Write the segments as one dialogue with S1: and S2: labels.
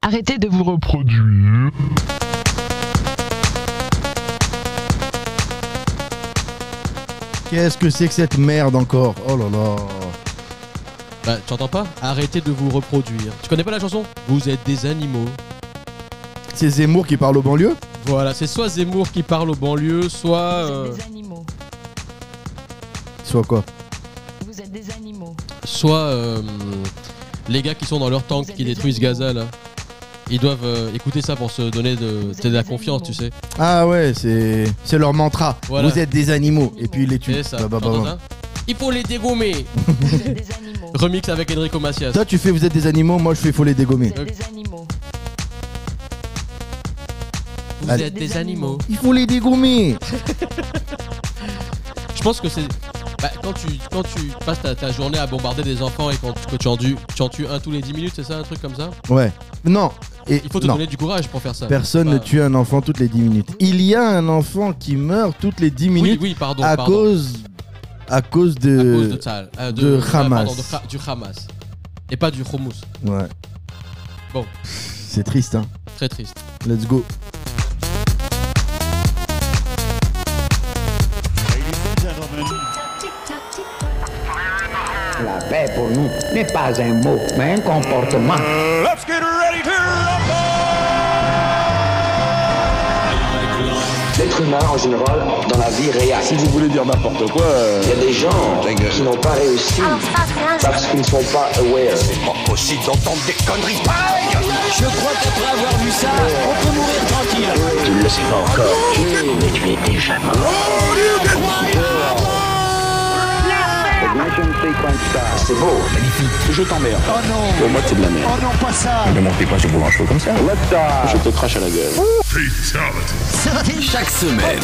S1: Arrêtez de vous reproduire.
S2: Qu'est-ce que c'est que cette merde encore Oh là là
S3: Bah, t'entends pas Arrêtez de vous reproduire. Tu connais pas la chanson Vous êtes des animaux.
S2: C'est Zemmour qui parle aux banlieues
S3: Voilà, c'est soit Zemmour qui parle aux banlieues, soit. euh,
S4: Vous êtes des animaux.
S2: Soit quoi
S4: Vous êtes des animaux.
S3: soit euh, les gars qui sont dans leur
S4: Vous
S3: tank
S4: êtes
S3: qui
S4: des
S3: détruisent
S4: animaux.
S3: Gaza là. Ils doivent euh, écouter ça pour se donner de,
S4: êtes
S3: de la
S4: des
S3: confiance,
S4: animaux.
S3: tu sais.
S2: Ah ouais, c'est c'est leur mantra.
S3: Voilà.
S2: Vous êtes des animaux. Et puis ils les
S3: C'est
S2: tuent.
S3: Eh, ça.
S2: Bah, bah, bah,
S3: t'entends
S2: bah.
S3: ça Il faut les dégommer.
S4: Vous êtes des animaux.
S3: Remix avec Enrico Macias.
S2: Toi tu fais vous êtes des animaux, moi je fais faut les
S4: Vous
S2: dégommer.
S4: êtes des animaux.
S3: Vous
S2: Allez.
S3: êtes des animaux.
S2: Il faut les dégommer
S3: Je pense que c'est. Bah, quand tu quand tu passes ta, ta journée à bombarder des enfants et quand que tu en, du- tu en tues un tous les 10 minutes, c'est ça, un truc comme ça
S2: Ouais. Non. Et
S3: Il faut te
S2: non.
S3: donner du courage pour faire ça.
S2: Personne
S3: Bah,
S2: ne tue un enfant toutes les 10 minutes. Il y a un enfant qui meurt toutes les 10
S3: Oui,
S2: minutes
S3: oui, pardon.
S2: à
S3: pardon.
S2: cause à cause
S3: À
S2: de,
S3: cause de, Tsahal. Euh, de-
S2: de
S3: euh, pardon,
S2: Hamas.
S3: de Kha- du Hamas. Et pas du Homus.
S2: Ouais.
S3: Bon.
S2: C'est triste hein.
S3: Très triste.
S2: Let's go.
S5: La paix pour nous n'est pas un mot, mais un comportement.
S6: Let's get ready to rumble!
S7: L'être humain en général dans la vie réelle.
S6: Si vous voulez dire n'importe quoi, euh,
S7: Il y a des gens qui n'ont pas réussi parce qu'ils ne sont pas aware.
S6: pas possible d'entendre des conneries pareilles!
S7: Tu ne le sais pas encore,
S6: Oh,
S7: mais tu es déjà mort. C'est beau.
S6: Je t'emmerde. Oh non! Pour moi, c'est de la merde. Oh non, pas ça! Ne me montez pas sur vos cheveux comme ça. Je te crache à la gueule.
S8: Chaque semaine,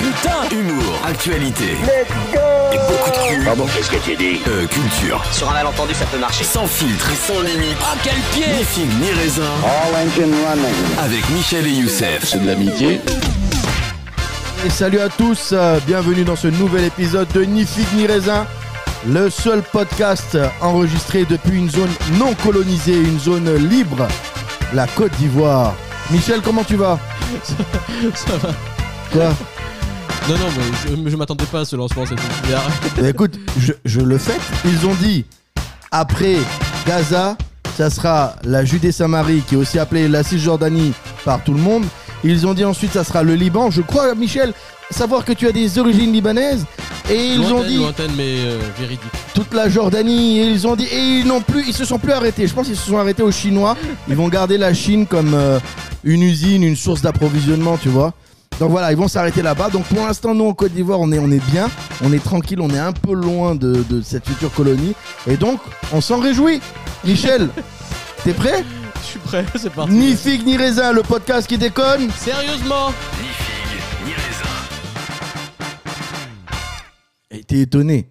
S8: humour, actualité. Et beaucoup de cul.
S6: Pardon? Qu'est-ce que tu dis?
S8: Euh, culture.
S7: Sur un malentendu, ça peut marcher.
S8: Sans filtre et sans limite. Oh, quel pied Ni film, ni raisin. Avec Michel et Youssef.
S6: C'est de l'amitié.
S2: Et salut à tous, euh, bienvenue dans ce nouvel épisode de Ni Figue Ni Raisin, le seul podcast enregistré depuis une zone non colonisée, une zone libre, la Côte d'Ivoire. Michel, comment tu vas
S3: Ça va.
S2: Quoi
S3: Non, non, mais je, je m'attendais pas à ce lancement, c'est tout. Mais arrête.
S2: Bah, Écoute, je, je le fais. Ils ont dit, après Gaza, ça sera la Judée-Samarie, qui est aussi appelée la Cisjordanie par tout le monde. Ils ont dit ensuite, ça sera le Liban. Je crois, Michel, savoir que tu as des origines libanaises. Et ils ont
S3: Lointaine,
S2: dit...
S3: lointaine, mais euh, véridique.
S2: toute la Jordanie et ils ont dit et ils n'ont plus ils se sont plus arrêtés je pense qu'ils se sont arrêtés aux Chinois ils vont garder la Chine comme euh, une usine une source d'approvisionnement tu vois donc voilà ils vont s'arrêter là-bas donc pour l'instant nous en Côte d'Ivoire on est on est bien on est tranquille on est un peu loin de, de cette future colonie et donc on s'en réjouit Michel t'es prêt
S3: Je suis prêt, c'est parti.
S2: ni figue ni raisin le podcast qui déconne
S3: Sérieusement
S8: Ni figue, ni raisin.
S2: Et t'es étonné.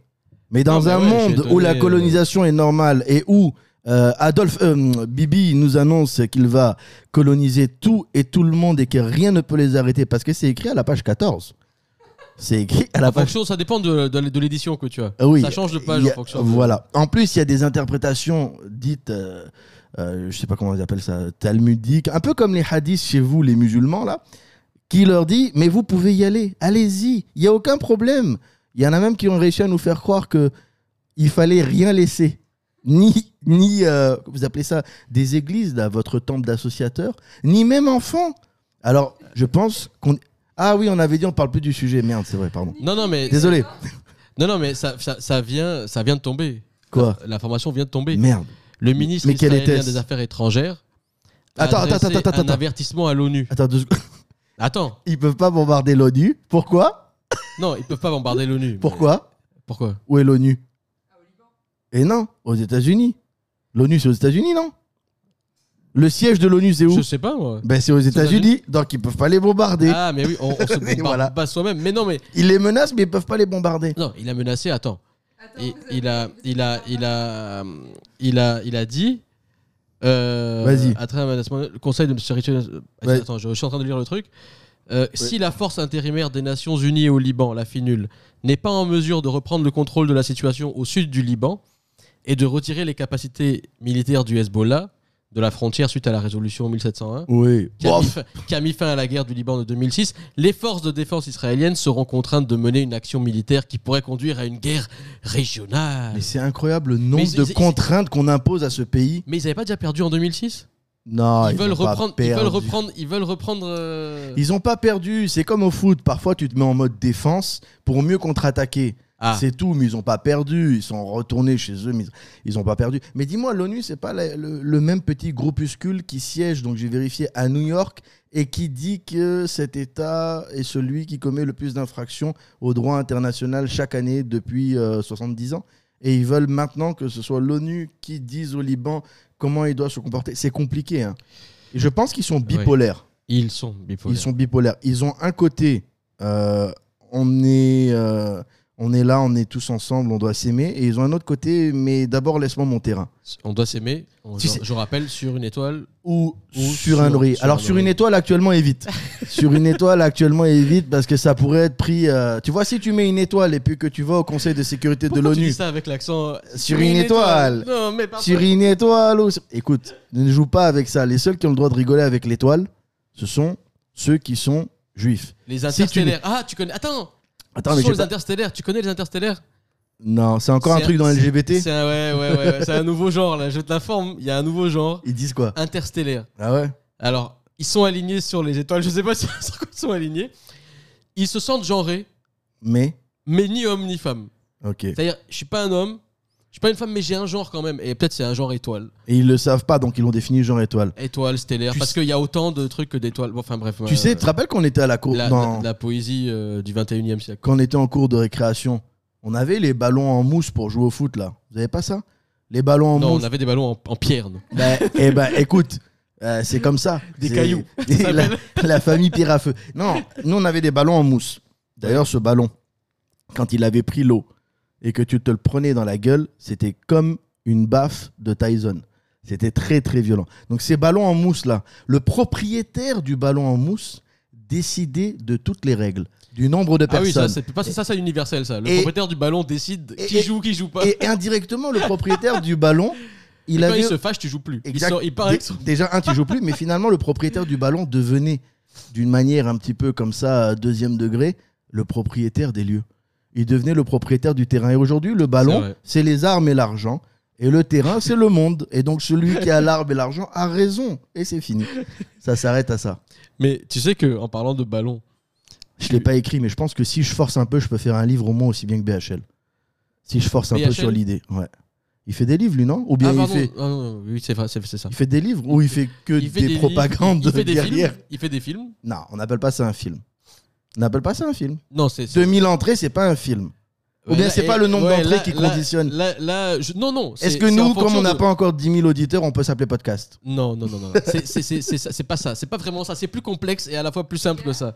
S2: Mais dans
S3: Non, mais
S2: un
S3: ouais, je suis
S2: monde où
S3: étonné, euh,
S2: la colonisation est normale et où euh, Adolphe euh, Bibi nous annonce qu'il va coloniser tout et tout le monde et que rien ne peut les arrêter parce que c'est écrit à la page 14. C'est écrit à la
S3: En
S2: page
S3: fonction, ça dépend de, de- de l'édition que tu as.
S2: ah oui,
S3: Ça change de page
S2: il y a-
S3: en fonction. de-
S2: Voilà. En plus, il y a des interprétations dites, euh, euh, je sais pas comment ils appellent ça, talmudiques, un peu comme les hadiths chez vous, les musulmans, là, qui leur dit Mais vous pouvez y aller, allez-y, il n'y a aucun problème. Il y en a même qui ont réussi à nous faire croire que il fallait rien laisser. Ni, ni euh, vous appelez ça, des églises, là, votre temple d'associateurs, ni même enfants. Alors, je pense qu'on. Ah oui, on avait dit on parle plus du sujet. Merde, c'est vrai, pardon.
S3: Non, non, mais,
S2: Désolé.
S3: non, non, mais ça, ça, ça vient, ça vient de tomber.
S2: Quoi
S3: L'information vient de tomber.
S2: Merde.
S3: Le ministre
S2: mais quelle
S3: israélien
S2: était-ce
S3: des Affaires étrangères a
S2: Attends, attends,
S3: adressé
S2: attends, attends,
S3: un
S2: attends.
S3: avertissement à l'ONU.
S2: Attends deux secondes.
S3: Attends,
S2: Ils peuvent pas bombarder l'ONU. Pourquoi
S3: non, ils peuvent pas bombarder l'ONU.
S2: Pourquoi
S3: Mais Pourquoi
S2: Où est l'ONU Et non, aux États-Unis. L'ONU, c'est aux États-Unis, non Le siège de l'ONU, c'est où
S3: Je sais pas, moi.
S2: Ben, c'est aux États-Unis, donc ils peuvent pas les bombarder.
S3: Ah, mais oui, on, on se
S2: Et
S3: bombarde
S2: voilà.
S3: pas soi-même. Mais non, mais
S2: Ils les menacent, mais ils peuvent pas les bombarder.
S3: Non, il a menacé. Attends. il, il a, il a, il a, hum, il a, il a dit. euh,
S2: Vas-y.
S3: À travers un menacement, le conseil de M. Richard.
S2: Ouais.
S3: Attends, je, je suis en train de lire le truc. Euh, Si la force intérimaire des Nations Unies au Liban, la FINUL, n'est pas en mesure de reprendre le contrôle de la situation au sud du Liban et de retirer les capacités militaires du Hezbollah, de la frontière suite à la résolution 1701
S2: Oui.
S3: qui a, mis,
S2: Bof.
S3: fin- qui a mis fin à la guerre du Liban de 2006, les forces de défense israéliennes seront contraintes de mener une action militaire qui pourrait conduire à une guerre régionale.
S2: Mais c'est incroyable le nombre
S3: ils-
S2: de
S3: ils-
S2: contraintes qu'on impose à ce pays.
S3: Mais ils n'avaient pas déjà perdu en 2006
S2: Non,
S3: ils, veulent
S2: Ah, ont pas
S3: reprendre, ils veulent
S2: perdu.
S3: reprendre. Ils veulent reprendre. euh,
S2: Ils ont pas perdu. C'est comme au foot. Parfois, tu te mets en mode défense pour mieux contre-attaquer.
S3: Ah,
S2: C'est tout, mais ils ont pas perdu. Ils sont retournés chez eux, mais ils- ils ont pas perdu. Mais dis-moi, l'ONU, c'est pas la- le, le même petit groupuscule qui siège, donc j'ai vérifié, à New York et qui dit que cet État est celui qui commet le plus d'infractions au droit international chaque année depuis euh, 70 ans. Et ils veulent maintenant que ce soit l'ONU qui dise au Liban comment il doit se comporter. C'est compliqué. hein. Et je pense qu'ils sont bipolaires.
S3: ils sont bipolaires.
S2: Ils sont bipolaires. Ils ont un côté, euh, on, est, euh, on est là, on est tous ensemble, on doit s'aimer. Et ils ont un autre côté, mais d'abord laisse-moi mon terrain.
S3: On doit s'aimer. on-
S2: Si
S3: je,
S2: c'est-
S3: je rappelle sur une étoile.
S2: Ou,
S3: Ou
S2: sur,
S3: sur-
S2: un laurier.
S3: sur
S2: Alors
S3: un
S2: sur
S3: laurier.
S2: une étoile, actuellement, évite. sur une étoile, actuellement, évite parce que ça pourrait être pris. euh, Tu vois, si tu mets une étoile et puis que tu vas au Conseil de sécurité
S3: Pourquoi
S2: de
S3: tu dis
S2: l'ONU.
S3: ça avec l'accent euh,
S2: Sur une étoile.
S3: Non, mais pardon.
S2: Sur une étoile ou sur- Écoute, ne joue pas avec ça. Les seuls qui ont le droit de rigoler avec l'étoile, ce sont ceux qui sont juifs.
S3: Les
S2: Si tu-
S3: interstellaires. Ah, tu connais. Attends.
S2: Attends,
S3: Ce
S2: mais
S3: sont
S2: j'ai
S3: les
S2: pas-
S3: interstellaires. Tu connais les interstellaires
S2: Non, c'est encore un
S3: C'est
S2: truc dans
S3: c'est-
S2: LGBT
S3: C'est un, ouais, ouais, ouais, ouais, c'est un nouveau genre, là. Je te la forme. Il y a un nouveau genre.
S2: Ils disent quoi
S3: Interstellaire.
S2: Ah ouais
S3: Alors, ils sont alignés sur les étoiles. Je sais pas sur sur quoi ils sont alignés. Ils se sentent genrés,
S2: Mais,
S3: mais ni homme ni femme.
S2: ok. Et
S3: C'est-à-dire, je suis pas un homme, je suis pas une femme, mais j'ai un genre quand même. Et peut-être c'est un genre étoile.
S2: ils le savent pas, donc ils l'ont défini genre étoile.
S3: Étoile, stellaire,
S2: Tu
S3: parce
S2: sais-
S3: qu'il y a autant de trucs que d'étoiles. Bon, enfin bref. euh,
S2: tu sais, tu te rappelles qu'on était à la cour,
S3: la,
S2: dans-
S3: la- la poésie euh, du 21 e siècle.
S2: quand on était en cours de récréation, on avait les ballons en mousse pour jouer au foot là. Vous avez pas ça Les ballons en
S3: non,
S2: mousse.
S3: on avait des ballons en, en pierre. nous.
S2: eh ben, écoute, euh, c'est comme ça.
S3: Des
S2: C'est-
S3: cailloux. Ça
S2: la,
S3: s'appelle-
S2: la famille pire à feu. Non, nous on avait des ballons en mousse. D'ailleurs, ce ballon, quand il avait pris l'eau et que tu te le prenais dans la gueule, c'était comme une baffe de Tyson. C'était très très violent. Donc ces ballons en mousse là, le propriétaire du ballon en mousse décidait de toutes les règles, du nombre de
S3: Ah oui,
S2: personnes.
S3: ça, c'est pas- ça, c'est universel, ça. Le
S2: Et-
S3: propriétaire du ballon décide
S2: et-
S3: qui
S2: et-
S3: joue, qui joue pas.
S2: et indirectement, le propriétaire du ballon, il
S3: Et quand
S2: avait
S3: il se fâche, tu joues plus. Il
S2: Exact.
S3: sort- Il, part
S2: Dé-
S3: avec son-
S2: Déjà, un, tu joues plus, mais finalement, le propriétaire du ballon devenait, d'une manière un petit peu comme ça, à deuxième degré, le propriétaire des lieux. Il devenait le propriétaire du terrain. Et aujourd'hui, le
S3: C'est
S2: ballon,
S3: vrai.
S2: c'est les armes et l'argent. Et le terrain, c'est le monde. Et donc, celui qui a l'arme et l'argent a raison. Et c'est fini. Ça s'arrête à ça.
S3: Mais tu sais que en parlant de ballon,
S2: Je l'ai pas écrit, mais je pense que si je force un peu, je peux faire un livre au moins aussi bien que BHL. Si je force un peu
S3: BHL?
S2: sur l'idée. Ouais. Il fait des livres, lui, non Ou bien
S3: ah,
S2: il,
S3: pardon.
S2: fait,
S3: Ah, non, non, oui, c'est vrai, c'est c'est ça.
S2: il fait des livres Ou il fait que des,
S3: livres,
S2: propagandes
S3: il fait des
S2: derrière
S3: films. Il fait des films.
S2: Non, on n'appelle pas ça un film. On n'appelle pas ça un film.
S3: Non, c'est. c'est-
S2: 2000 entrées, c'est pas un film. ou bien
S3: là,
S2: c'est
S3: et-
S2: pas le nombre d'entrées
S3: là-
S2: qui
S3: là-
S2: conditionne.
S3: Là, là, je- non, non. c'est-
S2: Est-ce que
S3: c'est en
S2: nous, comme
S3: fonction
S2: on n'a
S3: de-
S2: pas encore 10 000 auditeurs, on peut s'appeler podcast
S3: Non, non, non, non. non. C'est- c'est- C'est c'est ça- c'est pas ça. C'est pas vraiment ça. C'est plus complexe et à la fois plus simple que ça.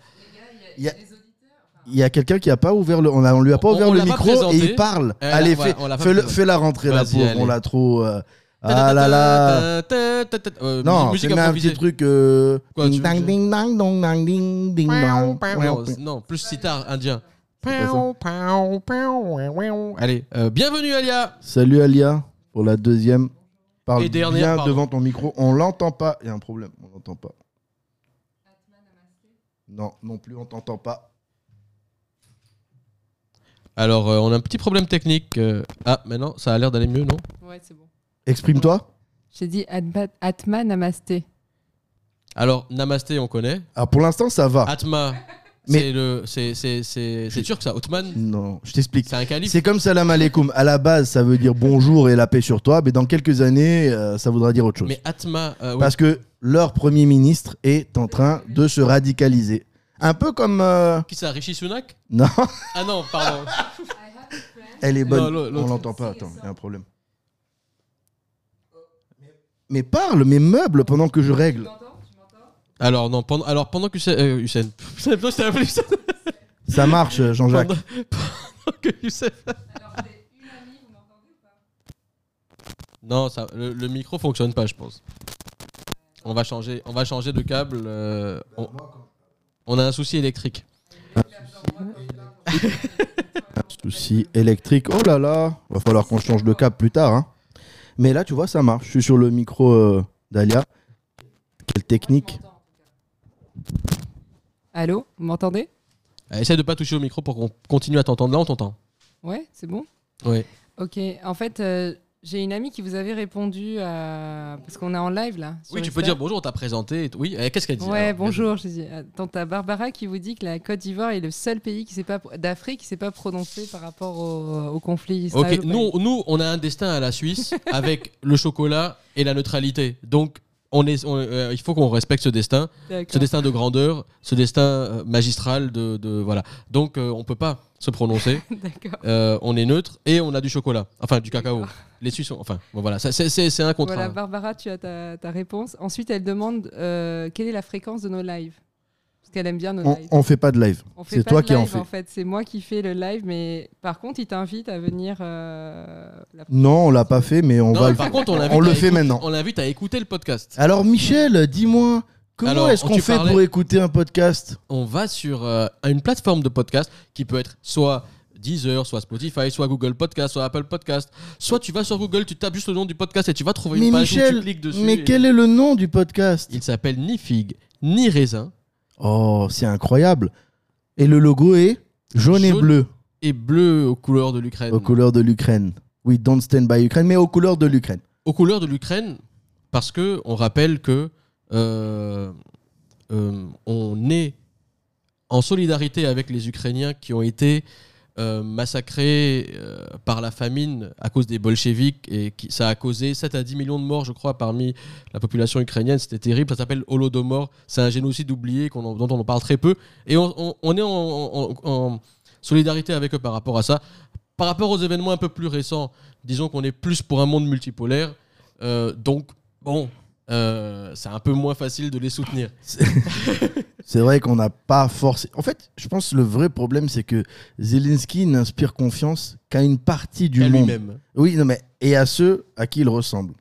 S2: Il y a quelqu'un qui a pas ouvert le, on, a, on lui a pas
S3: On-
S2: ouvert
S3: on
S2: le
S3: l'a pas
S2: micro et
S3: présenté.
S2: il parle.
S3: Euh,
S2: allez,
S3: voilà,
S2: fais,
S3: on l'a pas
S2: fais le-
S3: présenté.
S2: fais la rentrée là
S3: Vas-y,
S2: pour,
S3: allez.
S2: on l'a trop. euh, ah là là.
S3: Ta- ta- ta- ta- euh,
S2: Non,
S3: musique
S2: c'est un
S3: improvisée.
S2: petit truc. euh,
S3: Quoi, tu
S2: ding
S3: veux
S2: dang
S3: dire
S2: ding dang dong dang ding ding dong.
S3: Non, non, plus sitar indien.
S2: pas
S3: Allez, euh, bienvenue Alia.
S2: Salut Alia pour la deuxième. Parle
S3: Et dernière,
S2: bien
S3: pardon.
S2: devant ton micro. On l'entend pas. Il y a un problème. On l'entend pas. Non, non plus, on t'entend pas.
S3: Alors, euh, on a un petit problème technique. euh, Ah, maintenant, ça a l'air d'aller mieux, non
S9: Ouais, c'est bon.
S2: Exprime-toi.
S9: J'ai dit Atma, Atma Namasté.
S3: Alors, Namasté, on connaît.
S2: Ah, pour l'instant, ça va.
S3: Atma,
S2: Mais-
S3: c'est le, c'est c'est c'est
S2: Je-
S3: c'est turc ça. Otman,
S2: Non, je t'explique.
S3: c'est un calife.
S2: C'est comme salam alaikum. À la base, ça veut dire bonjour et la paix sur toi, mais dans quelques années, euh, ça voudra dire autre chose.
S3: Mais Atma, euh, ouais.
S2: Parce que leur premier ministre est en train de se radicaliser. Un peu comme. euh,
S3: qui ça, Rishi Sunak
S2: Non,
S3: Ah non, pardon.
S2: elle est
S3: Non,
S2: bonne.
S3: l'autre-
S2: on
S3: l'autre.
S2: l'entend pas. Attends, il y a un problème. Mais parle, mais meuble pendant que je règle.
S3: alors non, pendant, alors pendant que Hussein, euh, Hussein. Putain, je t'ai appelé Hussein.
S2: Ça marche, euh, Jean-Jacques.
S3: Pendant, pendant que Hussein. Non, ça, le, le micro fonctionne pas, je pense. On va changer, on va changer de câble. euh, on, on a un souci électrique.
S2: Souci électrique. Oh là là, va falloir qu'on change de câble plus tard. hein. Mais là, tu vois, ça marche. Je suis sur le micro euh, Dalia, quelle technique
S9: Allô, vous m'entendez
S3: Euh, Essaye de pas toucher au micro pour qu'on continue à t'entendre. Là, on t'entend.
S9: Ouais, c'est bon
S3: Oui.
S9: Ok, en fait, euh, j'ai une amie qui vous avait répondu à... Parce qu'on est en live là. sur
S3: Oui, tu peux
S9: Insta.
S3: dire bonjour, on t'a présenté. et tout. Oui, euh, qu'est-ce qu'elle dit
S9: Ouais,
S3: alors
S9: bonjour. J'ai dit, attends, t'as Barbara qui vous dit que la Côte d'Ivoire est le seul pays qui s'est pas d'Afrique qui s'est pas prononcé par rapport au, au
S3: Ok,
S9: conflit. israélo-palestinien.
S3: nous, nous, on a un destin à la Suisse avec le chocolat et la neutralité. Donc, on est, on- euh, il faut qu'on respecte ce destin, ce
S9: D'accord.
S3: destin de grandeur, ce destin euh, magistral de, de- voilà. Donc, euh, on peut pas se prononcer.
S9: D'accord.
S3: Euh, on est neutre et on a du chocolat, enfin du cacao. Les Suisses, ont- enfin, bon voilà, ça, c'est- c'est c'est un contrat. hein.
S9: Voilà,
S2: bah,
S9: Barbara, tu as ta, ta réponse. Ensuite, elle demande euh, quelle est la fréquence de nos lives. Parce qu'elle aime bien nos
S2: on,
S9: lives.
S2: on fait pas de live.
S9: On fait
S2: C'est
S9: pas
S2: toi
S9: de
S2: qui en
S9: live,
S2: fais.
S9: En fait, c'est moi qui fais le live, mais par contre, il t'invite à venir. euh, la-
S2: Non, on l'a pas fait, mais on
S3: Non,
S2: va le
S3: par
S2: faire.
S3: contre, on, l'invite
S2: On
S3: à
S2: le fait
S3: écouter-
S2: maintenant.
S3: On l'invite à écouter le podcast.
S2: Alors Michel, dis-moi, comment
S3: Alors,
S2: est-ce qu'on
S3: tu
S2: fait
S3: parlais-
S2: pour écouter un podcast
S3: on va sur euh, une plateforme de podcast qui peut être soit Deezer, soit Spotify, soit Google Podcast, soit Apple Podcast. Soit tu vas sur Google, tu tapes juste le nom du podcast et tu vas trouver
S2: Mais
S3: une page où
S2: Michel,
S3: tu cliques dessus.
S2: Mais
S3: et-
S2: quel est le nom du podcast
S3: Il s'appelle ni figue, ni raisin,
S2: Oh, c'est incroyable. Et le logo est jaune et
S3: Jaune.
S2: bleu
S3: et bleu aux couleurs de l'Ukraine.
S2: aux couleurs de l'Ukraine. Oui, Don't Stand by Ukraine, mais aux couleurs de l'Ukraine.
S3: Aux couleurs de l'Ukraine, parce que on rappelle que euh, euh, on est en solidarité avec les Ukrainiens qui ont été euh, massacrés euh, par la famine à cause des bolcheviks et qui, ça a causé 7 à 10 millions de morts, je crois, parmi la population ukrainienne. C'était terrible. Ça s'appelle Holodomor. C'est un génocide oublié qu'on en- dont on en parle très peu. Et on, on- on est en, en- en solidarité avec eux par rapport à ça. Par rapport aux événements un peu plus récents, disons qu'on est plus pour un monde multipolaire. Euh, donc, bon, euh, c'est un peu moins facile de les soutenir.
S2: C'est vrai qu'on n'a pas forcé. En fait, je pense que le vrai problème, c'est que Zelensky n'inspire confiance qu'à une partie du
S3: à
S2: monde.
S3: lui-même.
S2: Oui, non, mais et à ceux à qui il ressemble.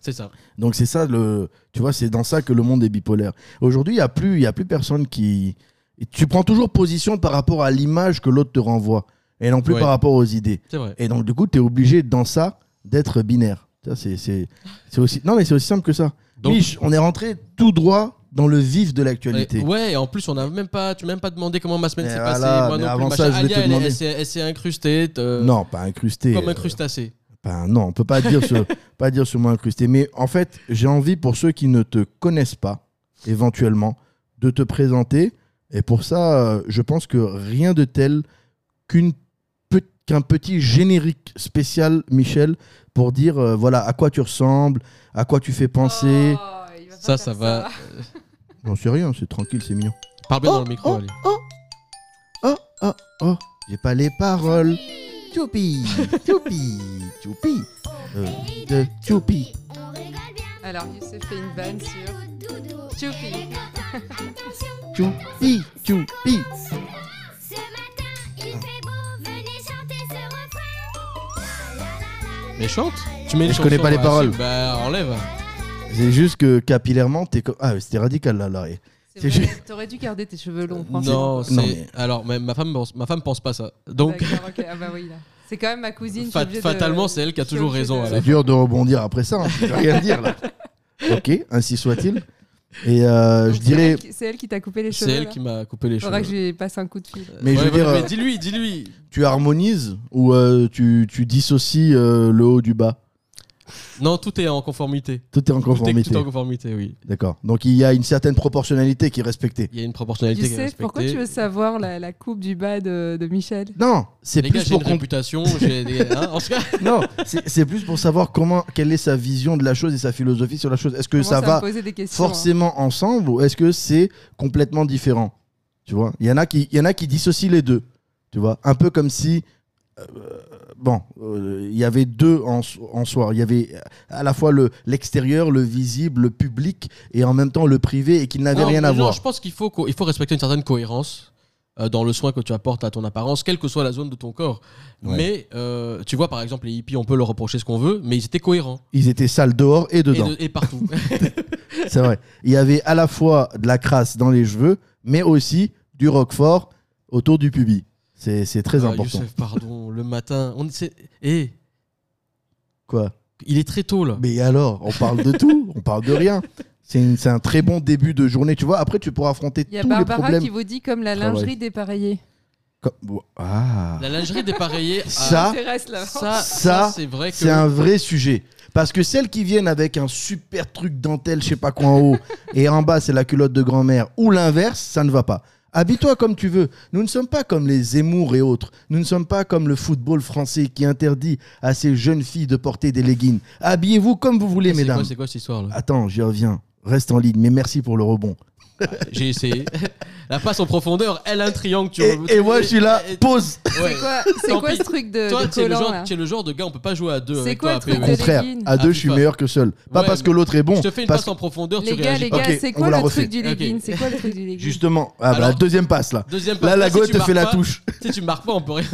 S3: C'est ça.
S2: Donc c'est ça le, tu vois, c'est dans ça que le monde est bipolaire. Aujourd'hui, il y a plus, il y a plus personne qui. et Tu prends toujours position par rapport à l'image que l'autre te renvoie, et non plus
S3: Ouais.
S2: par rapport aux idées.
S3: C'est vrai.
S2: Et donc du coup, tu es obligé dans ça d'être binaire. Ça, c'est, c'est, c'est aussi. Non, mais c'est aussi simple que ça.
S3: Donc-
S2: Mich, on est rentré tout droit dans le vif de l'actualité.
S3: Et- ouais, et en plus, on a même pas, tu m'as même pas demandé comment ma semaine
S2: Mais
S3: s'est
S2: voilà,
S3: passée. Moi
S2: mais
S3: non plus,
S2: avant ça,
S3: machin.
S2: je voulais te
S3: Alia, elle- elle,
S2: demander.
S3: s'est- elle s'est incrustée. euh,
S2: Non, pas incrusté.
S3: Comme
S2: euh,
S3: un crustacé.
S2: Ben non, on peut pas dire sur, pas dire sur moi incrusté. Mais en fait, j'ai envie pour ceux qui ne te connaissent pas, éventuellement, de te présenter. Et pour ça, euh, je pense que rien de tel qu'une pe- qu'un petit générique spécial, Michel, pour dire euh, voilà à quoi tu ressembles, à quoi tu fais
S3: Ah.
S2: penser.
S9: Oh, il va pas
S3: Ça,
S9: faire
S3: ça va. Euh,
S2: Non, c'est rien, c'est tranquille, c'est mignon.
S3: Parle bien
S2: Oh,
S3: dans le micro,
S2: oh,
S3: Ali.
S2: oh, oh, oh, oh, j'ai pas les paroles. Tchoupi, tchoupi, tchoupi, euh, de tchoupi.
S9: Alors, Youssef fait une vanne sur. Tchoupi.
S2: Tchoupi, tchoupi.
S3: Mais chante. Tu mets
S2: Mais
S3: une
S2: je connais
S3: chanson,
S2: pas les
S3: bah,
S2: paroles.
S3: si, Bah, enlève.
S2: C'est juste que capillairement, t'es comme. Ah, c'était radical là, là.
S9: C'est
S2: C'est
S9: vrai, T'aurais dû garder tes cheveux longs, franchement.
S3: Non, c'est.
S2: Non, mais-
S3: Alors, mais ma femme, pense- ma femme pense pas ça. Donc,
S9: D'accord, ok. Ah bah oui, là. C'est quand même ma cousine. je suis
S3: Fat-
S9: obligée de-
S3: fatalement, c'est elle qui a
S9: je suis
S3: toujours
S9: obligée
S3: raison,
S9: de-
S3: à la
S2: C'est dur de rebondir après ça, hein. je peux rien dire là. Ok, ainsi soit-il. Et euh, je
S9: Donc, c'est
S2: dirais.
S9: elle qui- C'est elle qui t'a coupé les cheveux.
S3: c'est elle
S9: là
S3: qui m'a coupé les
S9: Faudra
S3: cheveux.
S9: que je lui passe un coup de fil.
S2: Mais je veux dire, euh,
S3: mais dis-lui, dis-lui.
S2: tu harmonises ou euh, tu, tu dissocies euh, le haut du bas
S3: Non, tout est en conformité.
S2: Tout est en
S3: Tout est-
S2: conformité.
S3: Tout est en conformité, oui.
S2: D'accord. Donc il y a une certaine proportionnalité qui est respectée.
S3: Il y a une proportionnalité qui est
S9: Youssef,
S3: respectée.
S9: pourquoi tu veux savoir la, la coupe du bas de, de Michel
S2: Non, c'est
S3: Les gars,
S2: plus
S3: j'ai
S2: pour
S3: une
S2: qu'on-
S3: réputation. j'ai des- hein, en tout cas,
S2: non, c'est c'est plus pour savoir comment quelle est sa vision de la chose et sa philosophie sur la chose. Est-ce que
S9: Commence
S2: ça
S9: à me
S2: va
S9: poser des questions. hein.
S2: forcément ensemble ou est-ce que c'est complètement différent Tu vois, il y en a qui il y en a qui dissocient les deux. Tu vois, un peu comme si euh, bon, euh, il y avait deux en, so- en soi, il y avait euh, à la fois le l'extérieur, le visible, le public et en même temps le privé et qu'ils n'avaient
S3: Non,
S2: rien à
S3: non,
S2: voir.
S3: Je pense qu'il faut, co- il faut respecter une certaine cohérence euh, dans le soin que tu apportes à ton apparence, quelle que soit la zone de ton corps.
S2: Ouais.
S3: Mais euh, tu vois, par exemple, les hippies, on peut leur reprocher ce qu'on veut, mais ils étaient cohérents.
S2: Ils étaient sales dehors et
S3: Et,
S2: dedans.
S3: de- et partout.
S2: C'est vrai. Il y avait à la fois de la crasse dans les cheveux, mais aussi du roquefort autour du pubis. C'est c'est très
S3: Ah,
S2: important.
S3: Youssef, pardon, le matin. On, c'est- eh,
S2: Quoi
S3: Il est très tôt là.
S2: Mais alors, on parle de tout, on parle de rien. C'est une- c'est un très bon début de journée, tu vois. Après, tu pourras affronter
S9: Il y a
S2: tous les
S9: Barbara
S2: problèmes. Ah,
S9: qui vous dit comme la
S2: Travail.
S9: lingerie dépareillée.
S2: Comme- Ah.
S3: La lingerie dépareillée. ah,
S2: Ça,
S9: reste là.
S3: ça,
S2: ça,
S3: ça, c'est vrai que.
S2: c'est un vrai sujet. Parce que celles qui viennent avec un super truc dentelle, je sais pas quoi en haut, et en bas c'est la culotte de grand-mère, ou l'inverse, ça ne va pas. Habille-toi comme tu veux. Nous ne sommes pas comme les Zemmour et autres. Nous ne sommes pas comme le football français qui interdit à ces jeunes filles de porter des leggings. Habillez-vous comme vous voulez,
S3: C'est quoi,
S2: mesdames.
S3: c'est quoi cette histoire là
S2: Attends, j'y reviens. Reste en ligne, mais merci pour le rebond.
S3: J'ai essayé. La passe en profondeur, elle a un triangle. Tu
S2: Et, et moi, je suis là,
S3: Et-
S2: pause.
S3: Ouais.
S9: C'est quoi, c'est
S3: Tant
S9: quoi
S3: pis.
S9: ce truc de,
S3: Toi,
S9: de
S3: t'es le,
S9: collant,
S3: genre-
S9: Euh, là
S3: t'es le genre de gars, on peut pas jouer à deux.
S9: C'est
S3: avec
S9: quoi
S3: toi,
S9: le
S2: Au
S3: à
S9: truc de
S3: PES.
S2: contraire,
S9: leggings.
S2: à deux,
S3: Ah,
S2: je suis
S3: FIFA.
S2: meilleur que seul. Pas
S3: Ouais,
S2: parce
S3: mais-
S2: que l'autre est bon.
S3: Je te fais une
S2: parce-
S3: passe en profondeur, tu
S9: Les gars,
S3: réagis
S9: les
S3: pas.
S9: gars,
S2: Ok,
S9: c'est
S2: on
S9: quoi
S2: la
S9: le
S2: refait.
S9: truc du legging C'est quoi le truc du legging
S2: Justement, ah, bah,
S3: Alors-
S2: deuxième passe là.
S3: Deuxième passe.
S2: Là, la
S3: si
S2: gauche
S3: tu
S2: te
S3: marques
S2: fait la
S3: pas-
S2: touche.
S3: Si tu marques pas, on peut rien.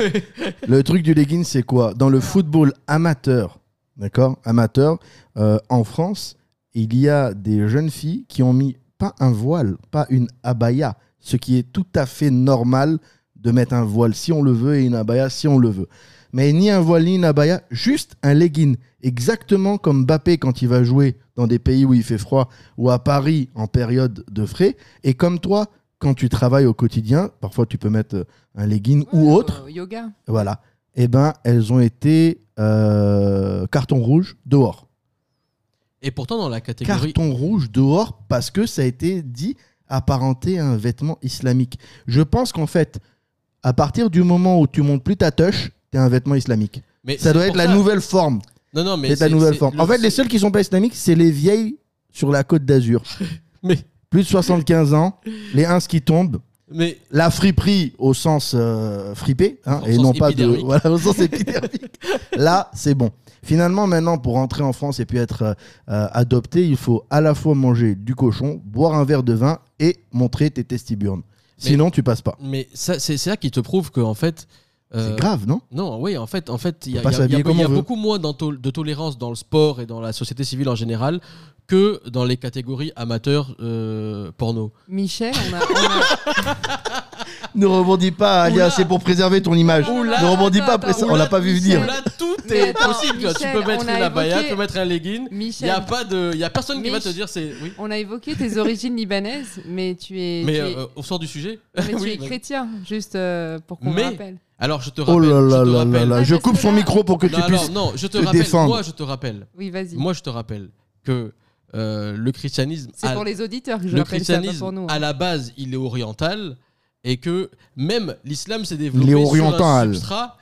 S2: Le truc du legging, c'est quoi Dans le football amateur, d'accord Amateur, euh, en France, il y a des jeunes filles qui ont mis pas un voile, pas une abaya, ce qui est tout à fait normal de mettre un voile si on le veut et une abaya si on le veut. Mais ni un voile ni une abaya, juste un legging. Exactement comme Mbappé quand il va jouer dans des pays où il fait froid ou à Paris en période de frais. Et comme toi, quand tu travailles au quotidien, parfois tu peux mettre euh, un legging ou
S9: Ouais,
S2: autre.
S9: au Yoga.
S2: Voilà. Eh ben, elles ont été euh, carton rouge dehors.
S3: Et pourtant, dans la catégorie.
S2: Carton rouge dehors parce que ça a été dit apparenté à un vêtement islamique. Je pense qu'en fait, à partir du moment où tu montes plus ta touche, t'es un vêtement islamique.
S3: Mais
S2: Ça
S3: c'est
S2: doit être
S3: pour
S2: la nouvelle forme.
S3: Non, non, mais
S2: C'est la
S3: c'est-
S2: nouvelle
S3: c'est-
S2: forme.
S3: le-
S2: En fait, les seuls qui sont pas islamiques, c'est les vieilles sur la côte d'Azur.
S3: Mais,
S2: Plus de 75 ans, les uns qui tombent.
S3: mais
S2: La friperie au sens euh, fripé, hein,
S3: Au
S2: et
S3: sens
S2: non pas de.
S3: épidermique.
S2: Voilà, au sens épidermique. Là, c'est bon. Finalement, maintenant, pour rentrer en France et puis être euh, euh, adopté, il faut à la fois manger du cochon, boire un verre de vin et montrer tes testiburnes. Sinon, tu passes pas.
S3: mais ça, c'est c'est ça qui te prouve que en fait. euh,
S2: C'est grave, non
S3: Non, oui, en fait, en fait, il y a,
S2: On peut pas
S3: il y a- il y a-
S2: s'habiller comme
S3: il y a
S2: on veut.
S3: beaucoup moins d'ento- de tolérance dans le sport et dans la société civile en général que dans les catégories amateurs euh, porno.
S9: Michel, on a, on a-
S2: Ne rebondis pas, Alia,
S3: Oula.
S2: c'est pour préserver ton image.
S9: Oula.
S2: ne rebondis pas,
S9: Attends,
S2: après ça,
S9: attends,
S2: on l'a
S9: oula,
S2: pas vu
S9: Michel.
S2: venir.
S3: Là, tout
S9: Mais
S3: est
S9: attends,
S3: possible. tu
S9: Michel,
S3: peux
S9: on
S3: mettre
S9: a
S3: une abaya,
S9: évoqué-
S3: tu peux mettre un legging. Il
S9: Michel,
S3: y a pas de, il y a personne qui va
S9: Mich-
S3: te dire c'est. Oui.
S9: on a évoqué tes origines libanaises, mais tu es,
S3: Mais
S9: tu
S3: euh,
S9: es-
S3: euh, on sort du sujet.
S9: mais tu
S3: Oui,
S9: es
S3: vas-y.
S9: chrétien, juste euh, pour qu'on le
S3: Mais-
S9: rappelle.
S3: Alors je te
S2: Oh là
S3: rappelle. je
S2: là
S3: te
S2: là là
S3: rappelle-
S2: là,
S9: Ouais,
S2: je
S9: parce
S2: coupe
S9: que
S2: son
S9: là-
S2: micro pour que
S3: Non,
S2: tu
S3: alors,
S2: puisses.
S3: non, je te
S2: te
S3: rappelle.
S2: défendre.
S3: Moi, je te rappelle.
S9: Oui, vas-y.
S3: Moi, je te rappelle que euh, le christianisme.
S9: C'est
S3: a-
S9: pour les auditeurs que je
S3: le
S9: rappelle ça, pas
S3: christianisme,
S9: pour nous. hein.
S3: à la base, il est oriental et que même l'islam s'est
S2: Il
S3: développé
S2: est
S3: sur un
S2: oriental.
S3: substrat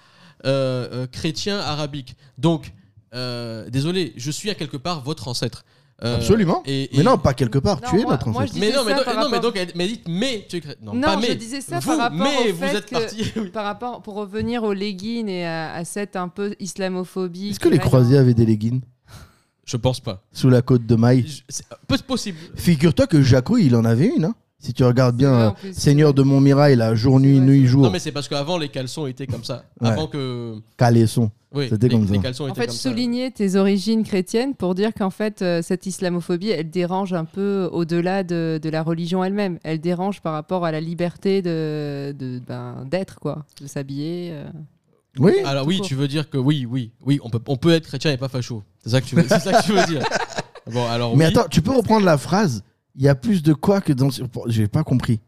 S3: euh, euh, chrétien arabique. Donc, euh, désolé, je suis à quelque part votre ancêtre. Euh,
S2: Absolument.
S3: et- et-
S2: Mais non, pas quelque part,
S9: Non,
S2: tu es
S9: moi-
S2: notre
S9: moi,
S2: ancêtre.
S9: je dis-
S3: Mais
S9: disais
S3: non, mais,
S9: ça
S3: donc-
S9: par
S3: non, mais
S9: rapport-
S3: donc, elle- mais dites, mais tu es chrétien. Non,
S9: Non,
S3: pas
S9: je
S3: mais.
S9: disais ça
S3: vous,
S9: par rapport
S3: mais
S9: au
S3: vous
S9: fait
S3: êtes
S9: que-
S3: parti.
S9: Par rapport, pour revenir au legging et à, à cette un peu islamophobie.
S2: Est-ce
S9: qui
S2: que les
S9: va dans-
S2: croisés avaient des leggings
S3: Je pense pas.
S2: sous la côte de Maille
S3: Je- c'est euh, Peu possible.
S2: Figure-toi que Jaco, il en avait une. hein. Si tu regardes bien
S9: vrai, en
S2: euh,
S9: plus.
S2: Seigneur de Montmirail, la jour, nuit,
S9: vrai,
S2: nuit,
S9: c'est
S2: jour,
S3: Non, mais c'est parce qu'avant, les caleçons étaient comme ça.
S2: Ouais.
S3: Avant que.
S2: Calaisson.
S3: Oui,
S2: C'était
S3: les-
S2: comme ça.
S3: les caleçons
S9: En
S3: étaient
S9: fait,
S3: comme ça.
S9: souligner tes origines chrétiennes pour dire qu'en fait, euh, cette islamophobie, elle dérange un peu au-delà de, de la religion elle-même. Elle dérange par rapport à la liberté de, de- ben, d'être, quoi, de s'habiller. euh.
S2: Oui,
S3: Alors
S9: tout
S3: oui,
S9: court.
S3: tu veux dire que oui, oui, oui, on peut, on peut être chrétien et pas facho. C'est ça que tu veux, c'est ça que tu veux dire. Bon, alors
S2: mais
S3: oui.
S2: attends, tu peux reprendre la phrase Il y a plus de quoi que dans. J'ai pas compris.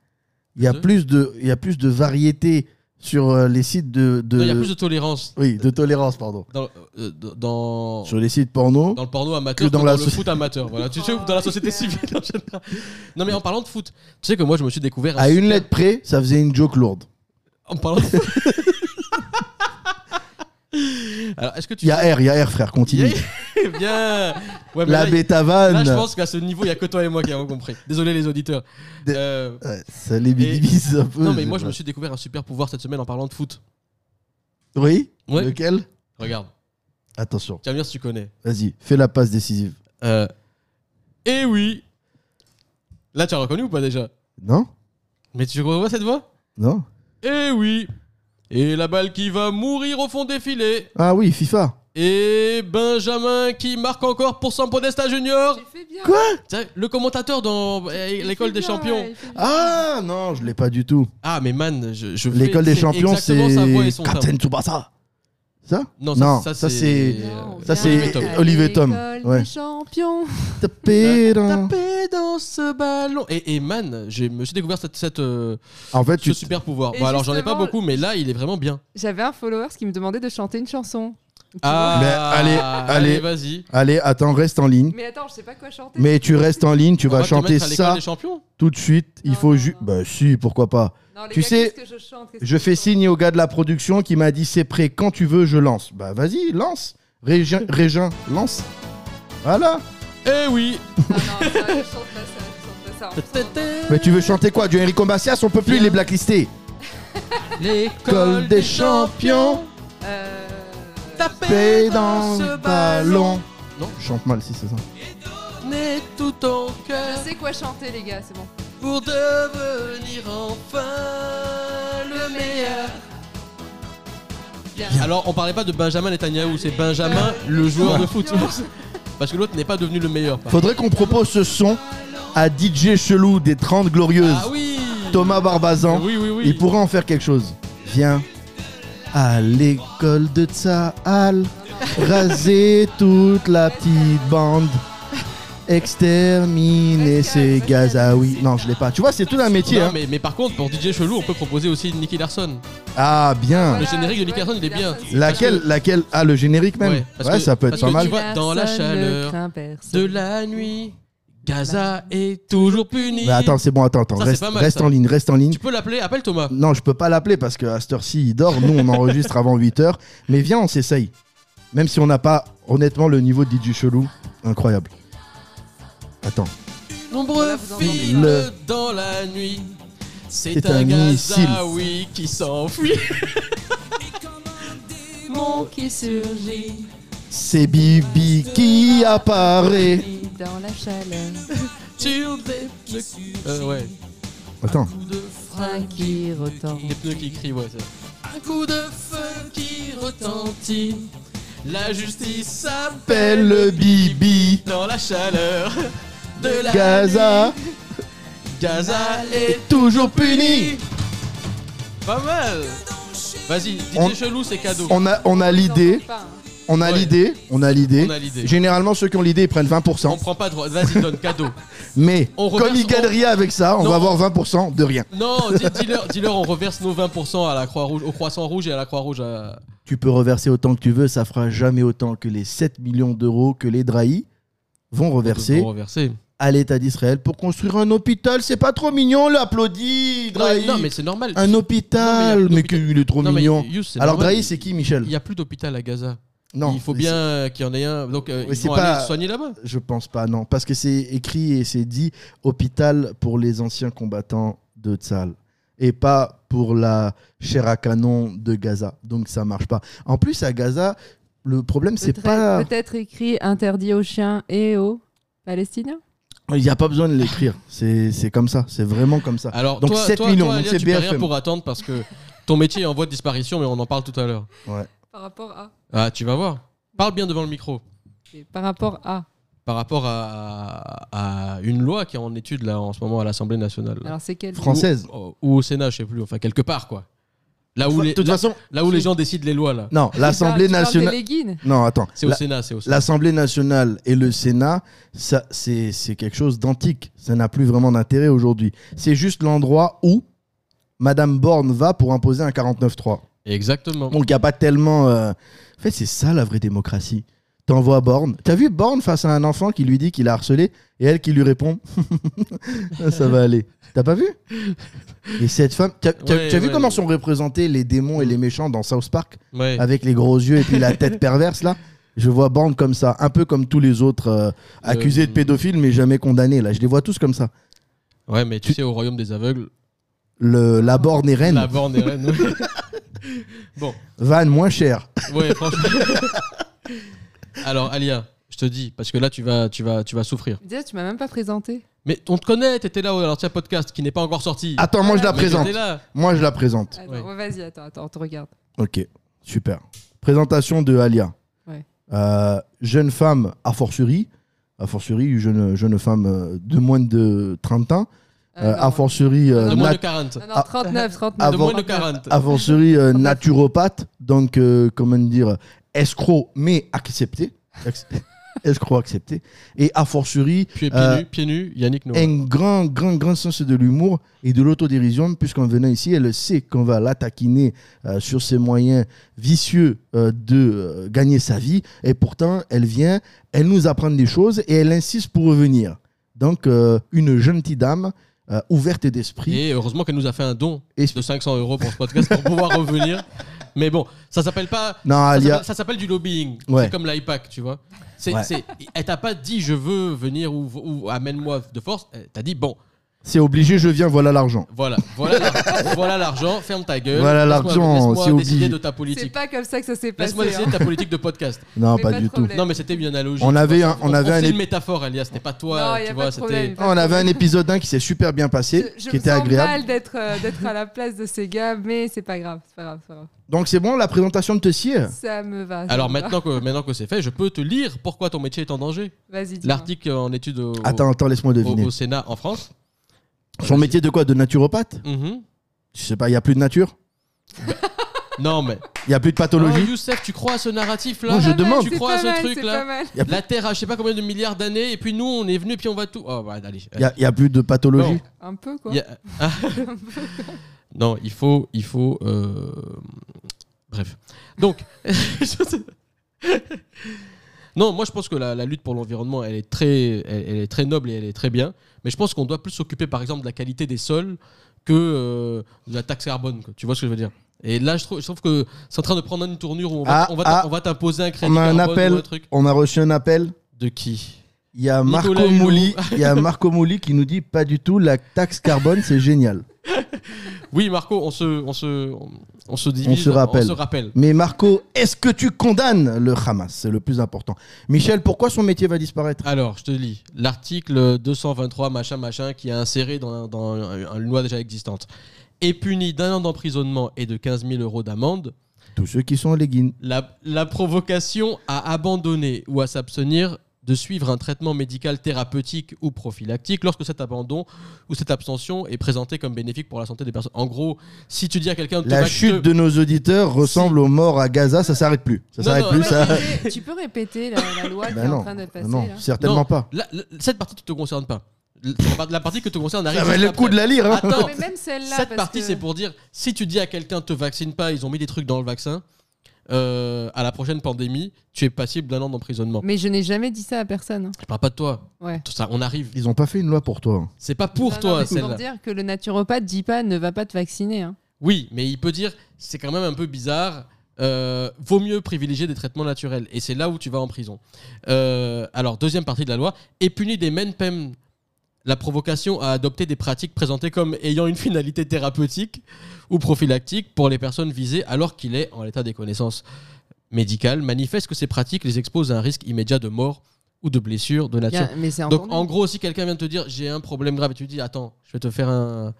S2: Il y a
S3: De
S2: plus de, il y a plus de variété sur euh, les sites de. de-
S3: Non, il y a plus de tolérance
S2: Oui, de tolérance, pardon.
S3: dans, euh, dans,
S2: Sur les sites porno.
S3: dans le porno amateur
S2: que
S3: que
S2: dans
S3: dans,
S2: la
S3: le
S2: soci-
S3: foot amateur. Voilà, tu sais, ou dans la société civile en général. Non, mais en parlant de foot, tu sais que moi je me suis découvert un
S2: À une
S3: super-
S2: lettre près, ça faisait une joke lourde.
S3: En parlant de foot. alors, est-ce que tu
S2: Il y a R, il y a R, frère, continue.
S3: Yeah, bien Ouais, mais
S2: La
S3: là,
S2: bêta
S3: là, je
S2: vanne.
S3: pense qu'à ce niveau, il y a que toi et moi qui avons compris. Désolé les auditeurs.
S2: Dé-
S3: Euh,
S2: Ouais, Ça les minimise un peu.
S3: non, mais moi je me suis découvert un super pouvoir cette semaine en parlant de foot.
S2: Oui
S3: Ouais.
S2: Lequel
S3: Regarde,
S2: Attention,
S3: tu vas me dire si tu connais.
S2: vas-y, fais la passe décisive.
S3: Euh, Eh oui Là, tu as reconnu ou pas déjà
S2: Non
S3: Mais tu revois cette voix
S2: Non
S3: Eh oui Et la balle qui va mourir au fond des filets
S2: Ah oui, FIFA.
S3: Et Benjamin qui marque encore pour son Podesta Junior
S2: Quoi
S3: Tiens, Le commentateur dans euh, l'école des champions
S2: Ah non, je l'ai pas du tout.
S3: Ah mais man, je, je fais-
S2: L'école des
S3: c'est
S2: champions, c'est
S3: exactement sa voix et son timbre.
S2: Captain Tsubasa. Ça
S3: Non, ça,
S2: Non,
S3: ça,
S2: ça,
S3: c'est.
S2: c'est-
S3: euh,
S2: ça, c'est-
S3: Olivier Tom.
S2: euh, Olivier Tom, ouais.
S9: champion.
S2: Taper dans-
S3: Taper dans ce ballon. Et, et man, je me suis découvert cette, cette, euh,
S2: En fait,
S3: ce
S2: tu.
S3: super pouvoir.
S9: Et
S3: Bon, alors j'en ai pas
S9: justement-
S3: beaucoup, mais là, il est vraiment bien.
S9: J'avais un follower qui me demandait de chanter une chanson. Tu
S3: Ah,
S2: Mais allez, allez.
S3: vas-y.
S2: Allez, attends, reste en
S9: vois
S2: ligne.
S9: Mais attends, je sais pas quoi chanter.
S2: Mais tu restes en ligne, tu
S3: On
S2: vas
S3: va te
S2: chanter
S3: mettre à l'école
S2: ça
S3: des champions
S2: tout de suite. Il
S9: Non,
S2: faut
S9: non,
S2: juste.
S9: non.
S2: Bah, si, pourquoi pas.
S9: Non, les
S2: tu
S9: gars,
S2: sais,
S9: qu'est-ce que je chante Qu'est-ce que
S2: Je fais
S9: chante
S2: signe au gars de la production qui m'a dit c'est prêt, quand tu veux, je lance. Bah vas-y, lance. Régin, Régin, lance. Voilà.
S3: Eh oui
S9: Non, non, ça, je chante pas ça, je chante pas ça. on s'en va.
S2: Mais tu veux chanter quoi Du Enrico Macias On peut plus, il est blacklisté.
S3: L'école des champions
S9: Euh,
S2: Paix
S3: Taper
S2: dans
S3: dans
S2: le
S3: ce ballon
S2: ballon.
S3: Non.
S2: Je chante mal si c'est ça.
S3: N'est tout ton
S9: Je
S3: cœur
S9: sais quoi chanter, les gars, c'est bon.
S3: Pour devenir enfin le meilleur.
S9: Bien.
S3: Alors, on parlait pas de Benjamin Netanyahu, c'est Benjamin le joueur de foot. Parce que l'autre n'est pas devenu le meilleur. par
S2: Faudrait qu'on propose ce son à DJ Chelou des 30 Glorieuses,
S3: Ah oui Eh Ah
S2: Thomas Barbazan.
S3: Oui, oui, oui.
S2: Il pourrait en faire quelque chose. Viens à l'école de Tsahal, raser toute la petite bande, exterminer ces gazaouis. Non, je l'ai pas. Tu vois, c'est tout un métier.
S3: Non,
S2: hein.
S3: mais, mais par contre, pour DJ Chelou, on peut proposer aussi Nicky Larson.
S2: Ah, bien.
S3: Le générique de Nicky Larson, il est bien.
S9: Larson, c'est-
S2: Laquelle, laquelle Ah, le générique même
S3: Ouais, parce
S2: Ouais,
S3: que-
S2: ça peut être
S3: parce
S2: pas
S3: que
S2: mal.
S3: tu vois, dans la
S9: Personne ne
S3: chaleur
S9: craint personne.
S3: De la nuit, Gaza est toujours puni.
S2: Mais Bah, attends, c'est bon, attends, attends.
S3: Ça, c'est
S2: reste
S3: pas mal,
S2: reste
S3: ça.
S2: en ligne, reste en ligne.
S3: Tu peux l'appeler, appelle Thomas.
S2: Non, je peux pas l'appeler parce qu'à cette heure-ci, il dort. Nous, on enregistre avant 8h. Mais viens, on s'essaye. Même si on n'a pas, honnêtement, le niveau de DJ Chelou. Incroyable. Attends.
S3: Nombreux
S9: Voilà, vous en
S3: filent
S2: entendez.
S3: dans la nuit. C'est
S2: C'est
S3: un,
S2: un missile.
S3: Gazaoui qui s'enfuit. Mon qui surgit.
S2: C'est Bibi qui apparaît.
S9: Dans la chaleur,
S3: Sur des pneus. Euh, ouais.
S2: Attends.
S3: Coup de frein
S9: un
S3: qui.
S9: qui retombe.
S3: Des pneus qui crient, ouais, c'est ça. Un coup de feu qui retentit. La justice s'appelle
S2: Pelle le Bibi.
S3: dans la chaleur de la
S2: Gaza
S3: nuit. Gaza est
S2: est toujours puni.
S3: Pas mal Vas-y, DJ
S2: On-
S3: Chelou, c'est cadeau.
S2: On a, on a l'idée.
S9: J'entends pas, hein.
S2: On a
S3: Ouais.
S2: l'idée. On a l'idée.
S3: On a l'idée.
S2: Généralement, ceux qui ont l'idée, ils prennent
S3: On
S2: 20%.
S3: prend pas de droit. Vas-y, donne cadeau.
S2: Mais
S3: On reverse-
S2: comme ils gagnent
S3: on-
S2: rien avec ça, on
S3: Non.
S2: va avoir 20% de rien.
S3: Non, dis- dis-leur, dis-leur, on reverse nos 20% à la Croix-Rouge, au Croissant Rouge et à la Croix-Rouge. à-
S2: Tu peux reverser autant que tu veux, ça fera jamais autant que les 7 millions d'euros que les Drahi vont reverser
S3: Pour reverser.
S2: à l'État d'Israël pour construire un hôpital. C'est pas trop mignon, l'applaudit, Drahi.
S3: Non, non, mais c'est normal.
S2: Un hôpital,
S3: Non,
S2: mais
S3: mais il y a plus d'hôpital.
S2: qu'il est trop
S3: Non, mais
S2: mignon.
S3: Yous, c'est
S2: Alors
S3: normal.
S2: Drahi, c'est qui, Michel
S3: Il n'y a plus d'hôpital à Gaza.
S2: Non,
S3: il faut
S2: mais
S3: bien euh, qu'il y en ait un. Donc, euh,
S2: Mais
S3: ils
S2: c'est
S3: vont
S2: pas-
S3: aller se soigner là-bas.
S2: c'est- Je pense pas, non, parce que c'est écrit et c'est dit hôpital pour les anciens combattants de Tzal et pas pour la chair à canon de Gaza. Donc ça marche pas. En plus à Gaza, le problème c'est
S9: Peut-être
S2: pas
S9: peut-être écrit interdit aux chiens et aux Palestiniens.
S2: Il n'y a pas besoin de l'écrire. C'est c'est comme ça. C'est vraiment comme
S9: Ah,
S2: ça.
S3: Alors,
S2: Donc,
S3: toi,
S2: 7
S3: toi,
S2: millions,
S3: toi,
S2: donc
S3: Alia,
S2: c'est
S3: tu peux rien
S2: BFM.
S3: pour attendre parce que ton métier est en voie de disparition, mais on en parle tout à l'heure.
S9: Par rapport à.
S3: Ah, tu vas voir. Parle bien devant le micro.
S9: Par rapport à.
S3: Par rapport à, à une loi qui est en étude là en ce moment à l'Assemblée nationale. là.
S9: Alors c'est quel
S2: Fran- Française.
S3: Ou, euh, ou au Sénat, je sais plus. Enfin, quelque part, quoi. Là où,
S2: De
S3: les,
S2: toute
S3: là,
S2: façon,
S3: là où les gens décident les lois, là.
S2: non,
S9: Ah, Tu parles-
S2: l'Assemblée
S9: tu parles des
S2: nationale.
S9: leggings
S2: Non, attends.
S3: C'est au
S2: La-
S3: Sénat, c'est au Sénat.
S2: L'Assemblée nationale et le Sénat, ça, c'est c'est quelque chose d'antique. Ça n'a plus vraiment d'intérêt aujourd'hui. C'est juste l'endroit où Madame Borne va pour imposer un 49-3.
S3: Exactement.
S2: Donc il n'y a pas tellement. euh, En fait, c'est ça la vraie démocratie. T'envoies Borne. T'as vu Borne face à un enfant qui lui dit qu'il a harcelé et elle qui lui répond Ah, Ça va aller. T'as pas vu Et cette femme. T'as t'as-
S3: Ouais,
S2: t'as vu
S3: ouais.
S2: comment sont représentés les démons et les méchants dans South Park
S3: Ouais.
S2: Avec les gros yeux et puis la tête perverse là je vois Borne comme ça, un peu comme tous les autres euh, accusés de pédophiles mais jamais condamnés. Là, je les vois tous comme ça.
S3: Ouais, mais tu sais, au royaume des aveugles,
S2: Le, la Borne est reine,
S3: la borne est reine. bon,
S2: vanne moins chère.
S3: ouais, franchement. Alors, Alia, je te dis, parce que là, tu vas, tu vas, tu vas souffrir.
S9: Déjà, tu m'as même pas présenté.
S3: Mais on te connaît, t'étais là, alors tiens, podcast qui n'est pas encore sorti.
S2: Attends, moi je la
S9: Mais
S3: Mais
S2: présente.
S3: t'étais là.
S2: Moi je la présente.
S9: Attends,
S3: Ouais.
S9: ouais, Vas-y, attends, attends, on te regarde.
S2: Ok, super. Présentation de Alia.
S9: Ouais.
S2: Euh, jeune femme, a fortiori, a fortiori, une jeune, jeune femme euh, de moins de 30 ans,
S9: Ah,
S2: euh,
S9: non.
S2: a fortiori euh,
S3: de
S2: nat-
S3: moins de 40.
S9: Non, non, 39, 39.
S3: De
S2: Avant-
S3: moins de 40.
S2: a fortiori, euh, naturopathe, donc euh, comment dire, escroc mais accepté, Ex- escroc accepté, et a fortiori
S3: Puis pieds
S2: Euh,
S3: nus, pieds nus, Yannick Noah.
S2: un grand, grand, grand sens de l'humour et de l'autodérision, puisqu'en venant ici, elle sait qu'on va la taquiner euh, sur ses moyens vicieux euh, de euh, gagner sa vie. Et pourtant, elle vient, elle nous apprend des choses et elle insiste pour revenir. Donc, euh, une gentille dame euh, ouverte d'esprit.
S3: Et heureusement qu'elle nous a fait un don
S2: Et-
S3: de 500 euros pour ce podcast pour pouvoir revenir. Mais bon, ça s'appelle pas.
S2: Non,
S3: Ça
S2: Alia,
S3: s'appelle- ça s'appelle du lobbying.
S2: Ouais.
S3: C'est comme l'IPAC, tu vois. C'est,
S2: Ouais.
S3: c'est- elle t'a pas dit je veux venir ou, ou amène-moi de force. Elle t'a dit bon,
S2: c'est obligé, je viens, voilà l'argent.
S3: voilà, voilà, l'ar- voilà l'argent, ferme ta gueule.
S2: Voilà
S3: Laisse-moi-
S2: l'argent,
S3: laisse-moi
S2: c'est
S3: décider
S2: obligé.
S3: de ta
S9: C'est
S3: politique.
S9: pas comme ça que ça s'est passé.
S3: Laisse-moi décider
S9: hein.
S3: de ta politique de podcast.
S2: Non,
S9: Mais
S2: pas,
S9: pas de
S2: du tout.
S9: problème.
S3: Non, mais c'était bien analogique.
S2: On avait
S3: Parce
S2: un-
S3: qu'on-
S2: on avait un
S3: fait
S2: ép-
S3: une métaphore, Elias. C'était pas toi,
S9: Non, y a
S3: tu
S9: pas
S3: vois.
S9: de
S3: C'était.
S9: problème.
S2: On avait un épisode 1 qui s'est super bien passé,
S9: Je, je
S2: qui
S9: me
S2: était
S9: sens
S2: agréable.
S9: mal d'être euh, d'être à la place de ces gars, mais c'est pas grave, c'est pas grave, c'est pas grave.
S2: Donc c'est bon, la présentation de Tessier
S9: Ça me va. ça
S3: Alors
S9: me va.
S3: maintenant que maintenant que c'est fait, je peux te lire pourquoi ton métier est en danger.
S9: vas-y. dis-moi.
S3: L'article en étude au,
S2: Attends, attends, laisse-moi
S3: au-
S2: deviner.
S9: Oh,
S3: au Sénat en France.
S2: Son métier de quoi De naturopathe
S3: Mhm.
S2: Je sais pas, il n'y a plus de nature
S3: Non mais.
S2: Il n'y a plus de
S3: Oh,
S2: pathologie
S3: Youssef, tu crois à ce narratif là
S2: Non, je
S9: Pas mal,
S2: demande.
S9: c'est
S3: Tu crois
S9: pas
S3: à ce
S9: mal,
S3: truc,
S9: c'est
S3: là
S9: pas mal.
S2: Il n'y a, plus-
S3: La Terre a je sais pas combien de milliards d'années et puis nous on est venus puis on va tout. Oh bah allez.
S2: y a- y a plus de pathologie
S9: Un peu quoi.
S3: Il y a- Ah. non, il faut, il faut. euh, Bref. Donc, je sais- non, moi je pense que la, la lutte pour l'environnement, elle est très, elle, elle est très noble et elle est très bien. Mais je pense qu'on doit plus s'occuper, par exemple, de la qualité des sols que euh, de la taxe carbone. quoi. Tu vois ce que je veux dire Et là, je trouve, je trouve que c'est en train de prendre une tournure où on va,
S2: Ah,
S3: on va t'a-
S2: ah.
S3: on va t'imposer un crédit
S2: On a un
S3: carbone
S2: appel.
S3: ou un truc.
S2: On a reçu un appel.
S3: De qui
S2: Il y a
S3: Nicolas
S2: Marco
S3: Hulot.
S2: Mouli, il y a Marco Mouli qui nous dit pas du tout la taxe carbone, c'est génial.
S3: Oui, Marco, on se, on se, on, on se divise,
S2: se rappelle.
S3: On se rappelle.
S2: Mais Marco, est-ce que tu condamnes le Hamas C'est le plus important. Michel, pourquoi son métier va disparaître
S3: Alors, je te lis. L'article 223, machin, machin, qui est inséré dans, dans une loi déjà existante. Est puni d'un an d'emprisonnement et de 15 000 euros d'amende
S2: Tous ceux qui sont en leggings.
S3: la, la provocation à abandonner ou à s'abstenir de suivre un traitement médical thérapeutique ou prophylactique lorsque cet abandon ou cette abstention est présenté comme bénéfique pour la santé des personnes. En gros, si tu dis à quelqu'un de te
S2: La
S3: vac-
S2: chute
S3: te-
S2: de nos auditeurs ressemble aux morts à Gaza, ça s'arrête plus. Ça
S3: Non,
S2: s'arrête
S3: non,
S2: plus,
S3: non,
S2: ça.
S9: Tu peux répéter la, la loi qui
S2: Bah
S9: est en
S2: non,
S9: train de passer
S2: non,
S9: là
S2: certainement
S3: hein. Non.
S2: pas.
S3: La- la- cette partie ne te concerne pas. La, part- la partie que te concerne arrive
S2: Ça valait
S3: juste
S2: le coup
S3: après.
S2: de la lire. hein.
S3: Attends,
S9: Mais même celle-là.
S3: Cette
S9: parce
S3: partie,
S9: que-
S3: c'est pour dire si tu dis à quelqu'un te vaccine pas, ils ont mis des trucs dans le vaccin. euh, à la prochaine pandémie, tu es passible d'un an d'emprisonnement.
S9: Mais je n'ai jamais dit ça à personne. hein.
S3: Je parle pas de toi.
S9: Ouais.
S3: Tout ça, on arrive.
S2: Ils ont pas fait une loi pour toi. hein.
S3: C'est pas pour
S9: Non, non,
S3: toi
S9: mais c'est
S3: celle-là.
S9: pour dire que le naturopathe dit pas ne va pas te vacciner. hein.
S3: Oui, mais il peut dire c'est quand même un peu bizarre. euh, vaut mieux privilégier des traitements naturels. Et c'est là où tu vas en prison. Euh, alors, deuxième partie de la loi est punie des menpem la provocation à adopter des pratiques présentées comme ayant une finalité thérapeutique ou prophylactique pour les personnes visées alors qu'il est, en l'état des connaissances médicales, manifeste que ces pratiques les exposent à un risque immédiat de mort ou de blessure de nature.
S9: Bien, mais c'est
S3: Donc
S9: entendu.
S3: en gros, si quelqu'un vient te dire j'ai un problème grave et tu dis attends, je vais te faire un,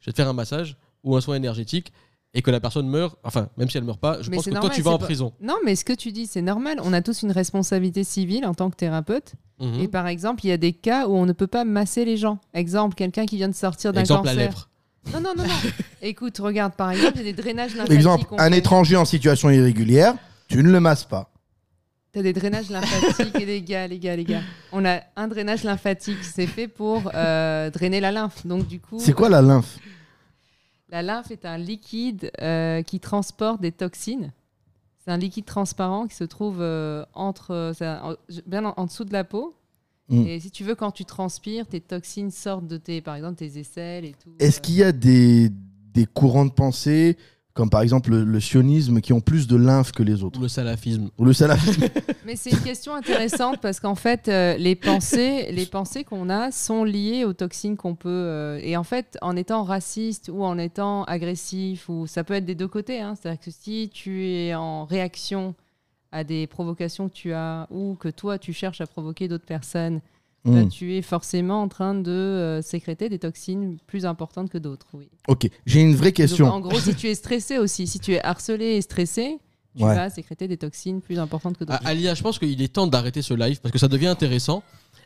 S3: je vais te faire un massage ou un soin énergétique et que la personne meurt, enfin même si elle meurt pas, je
S9: Mais
S3: pense que
S9: c'est
S3: toi
S9: normal,
S3: tu vas en
S9: c'est pas-
S3: prison.
S9: Non, mais ce que tu dis, c'est normal. On a tous une responsabilité civile en tant que thérapeute.
S3: Mhm.
S9: Et par exemple, il y a des cas où on ne peut pas masser les gens. Exemple, quelqu'un qui vient de sortir d'un
S3: Exemple
S9: cancer.
S3: la lèpre.
S9: Non, non, non, non. Écoute, regarde, par exemple, il y a des drainages lymphatiques.
S2: Exemple,
S9: qu'on
S2: un
S9: fait.
S2: étranger en situation irrégulière, tu ne le masses pas.
S9: T'as des drainages lymphatiques et les gars, les gars, les gars. On a un drainage lymphatique, c'est fait pour euh, drainer la lymphe. Donc du coup,
S2: C'est quoi la lymphe
S9: la lymphe est un liquide euh, qui transporte des toxines. C'est un liquide transparent qui se trouve euh, entre, euh, ça- en- je- bien en, en dessous de la peau.
S2: Mm.
S9: Et si tu veux, quand tu transpires, tes toxines sortent de tes, par exemple, tes aisselles et tout.
S2: Est-ce
S9: euh.
S2: qu'il y a des, des courants de pensée, comme par exemple le, le sionisme, qui ont plus de lymphe que les autres
S3: Ou le salafisme.
S2: Ou le salafisme
S9: Mais c'est une question intéressante parce qu'en fait, euh, les pensées, les pensées qu'on a sont liées aux toxines qu'on peut. euh, et en fait, en étant raciste ou en étant agressif, ou ça peut être des deux côtés. hein. C'est-à-dire que si tu es en réaction à des provocations que tu as ou que toi tu cherches à provoquer d'autres personnes, bah,
S2: Hmm,
S9: tu es forcément en train de euh, sécréter des toxines plus importantes que d'autres. Oui.
S2: Ok, j'ai une vraie
S9: Donc, en
S2: question.
S9: gros, si tu es stressé aussi, si tu es harcelé et stressé, tu
S2: Ouais.
S9: vas sécréter des toxines plus importantes que
S3: Ah,
S9: d'autres.
S3: Alia, je pense qu'il est temps d'arrêter ce live parce que ça devient intéressant.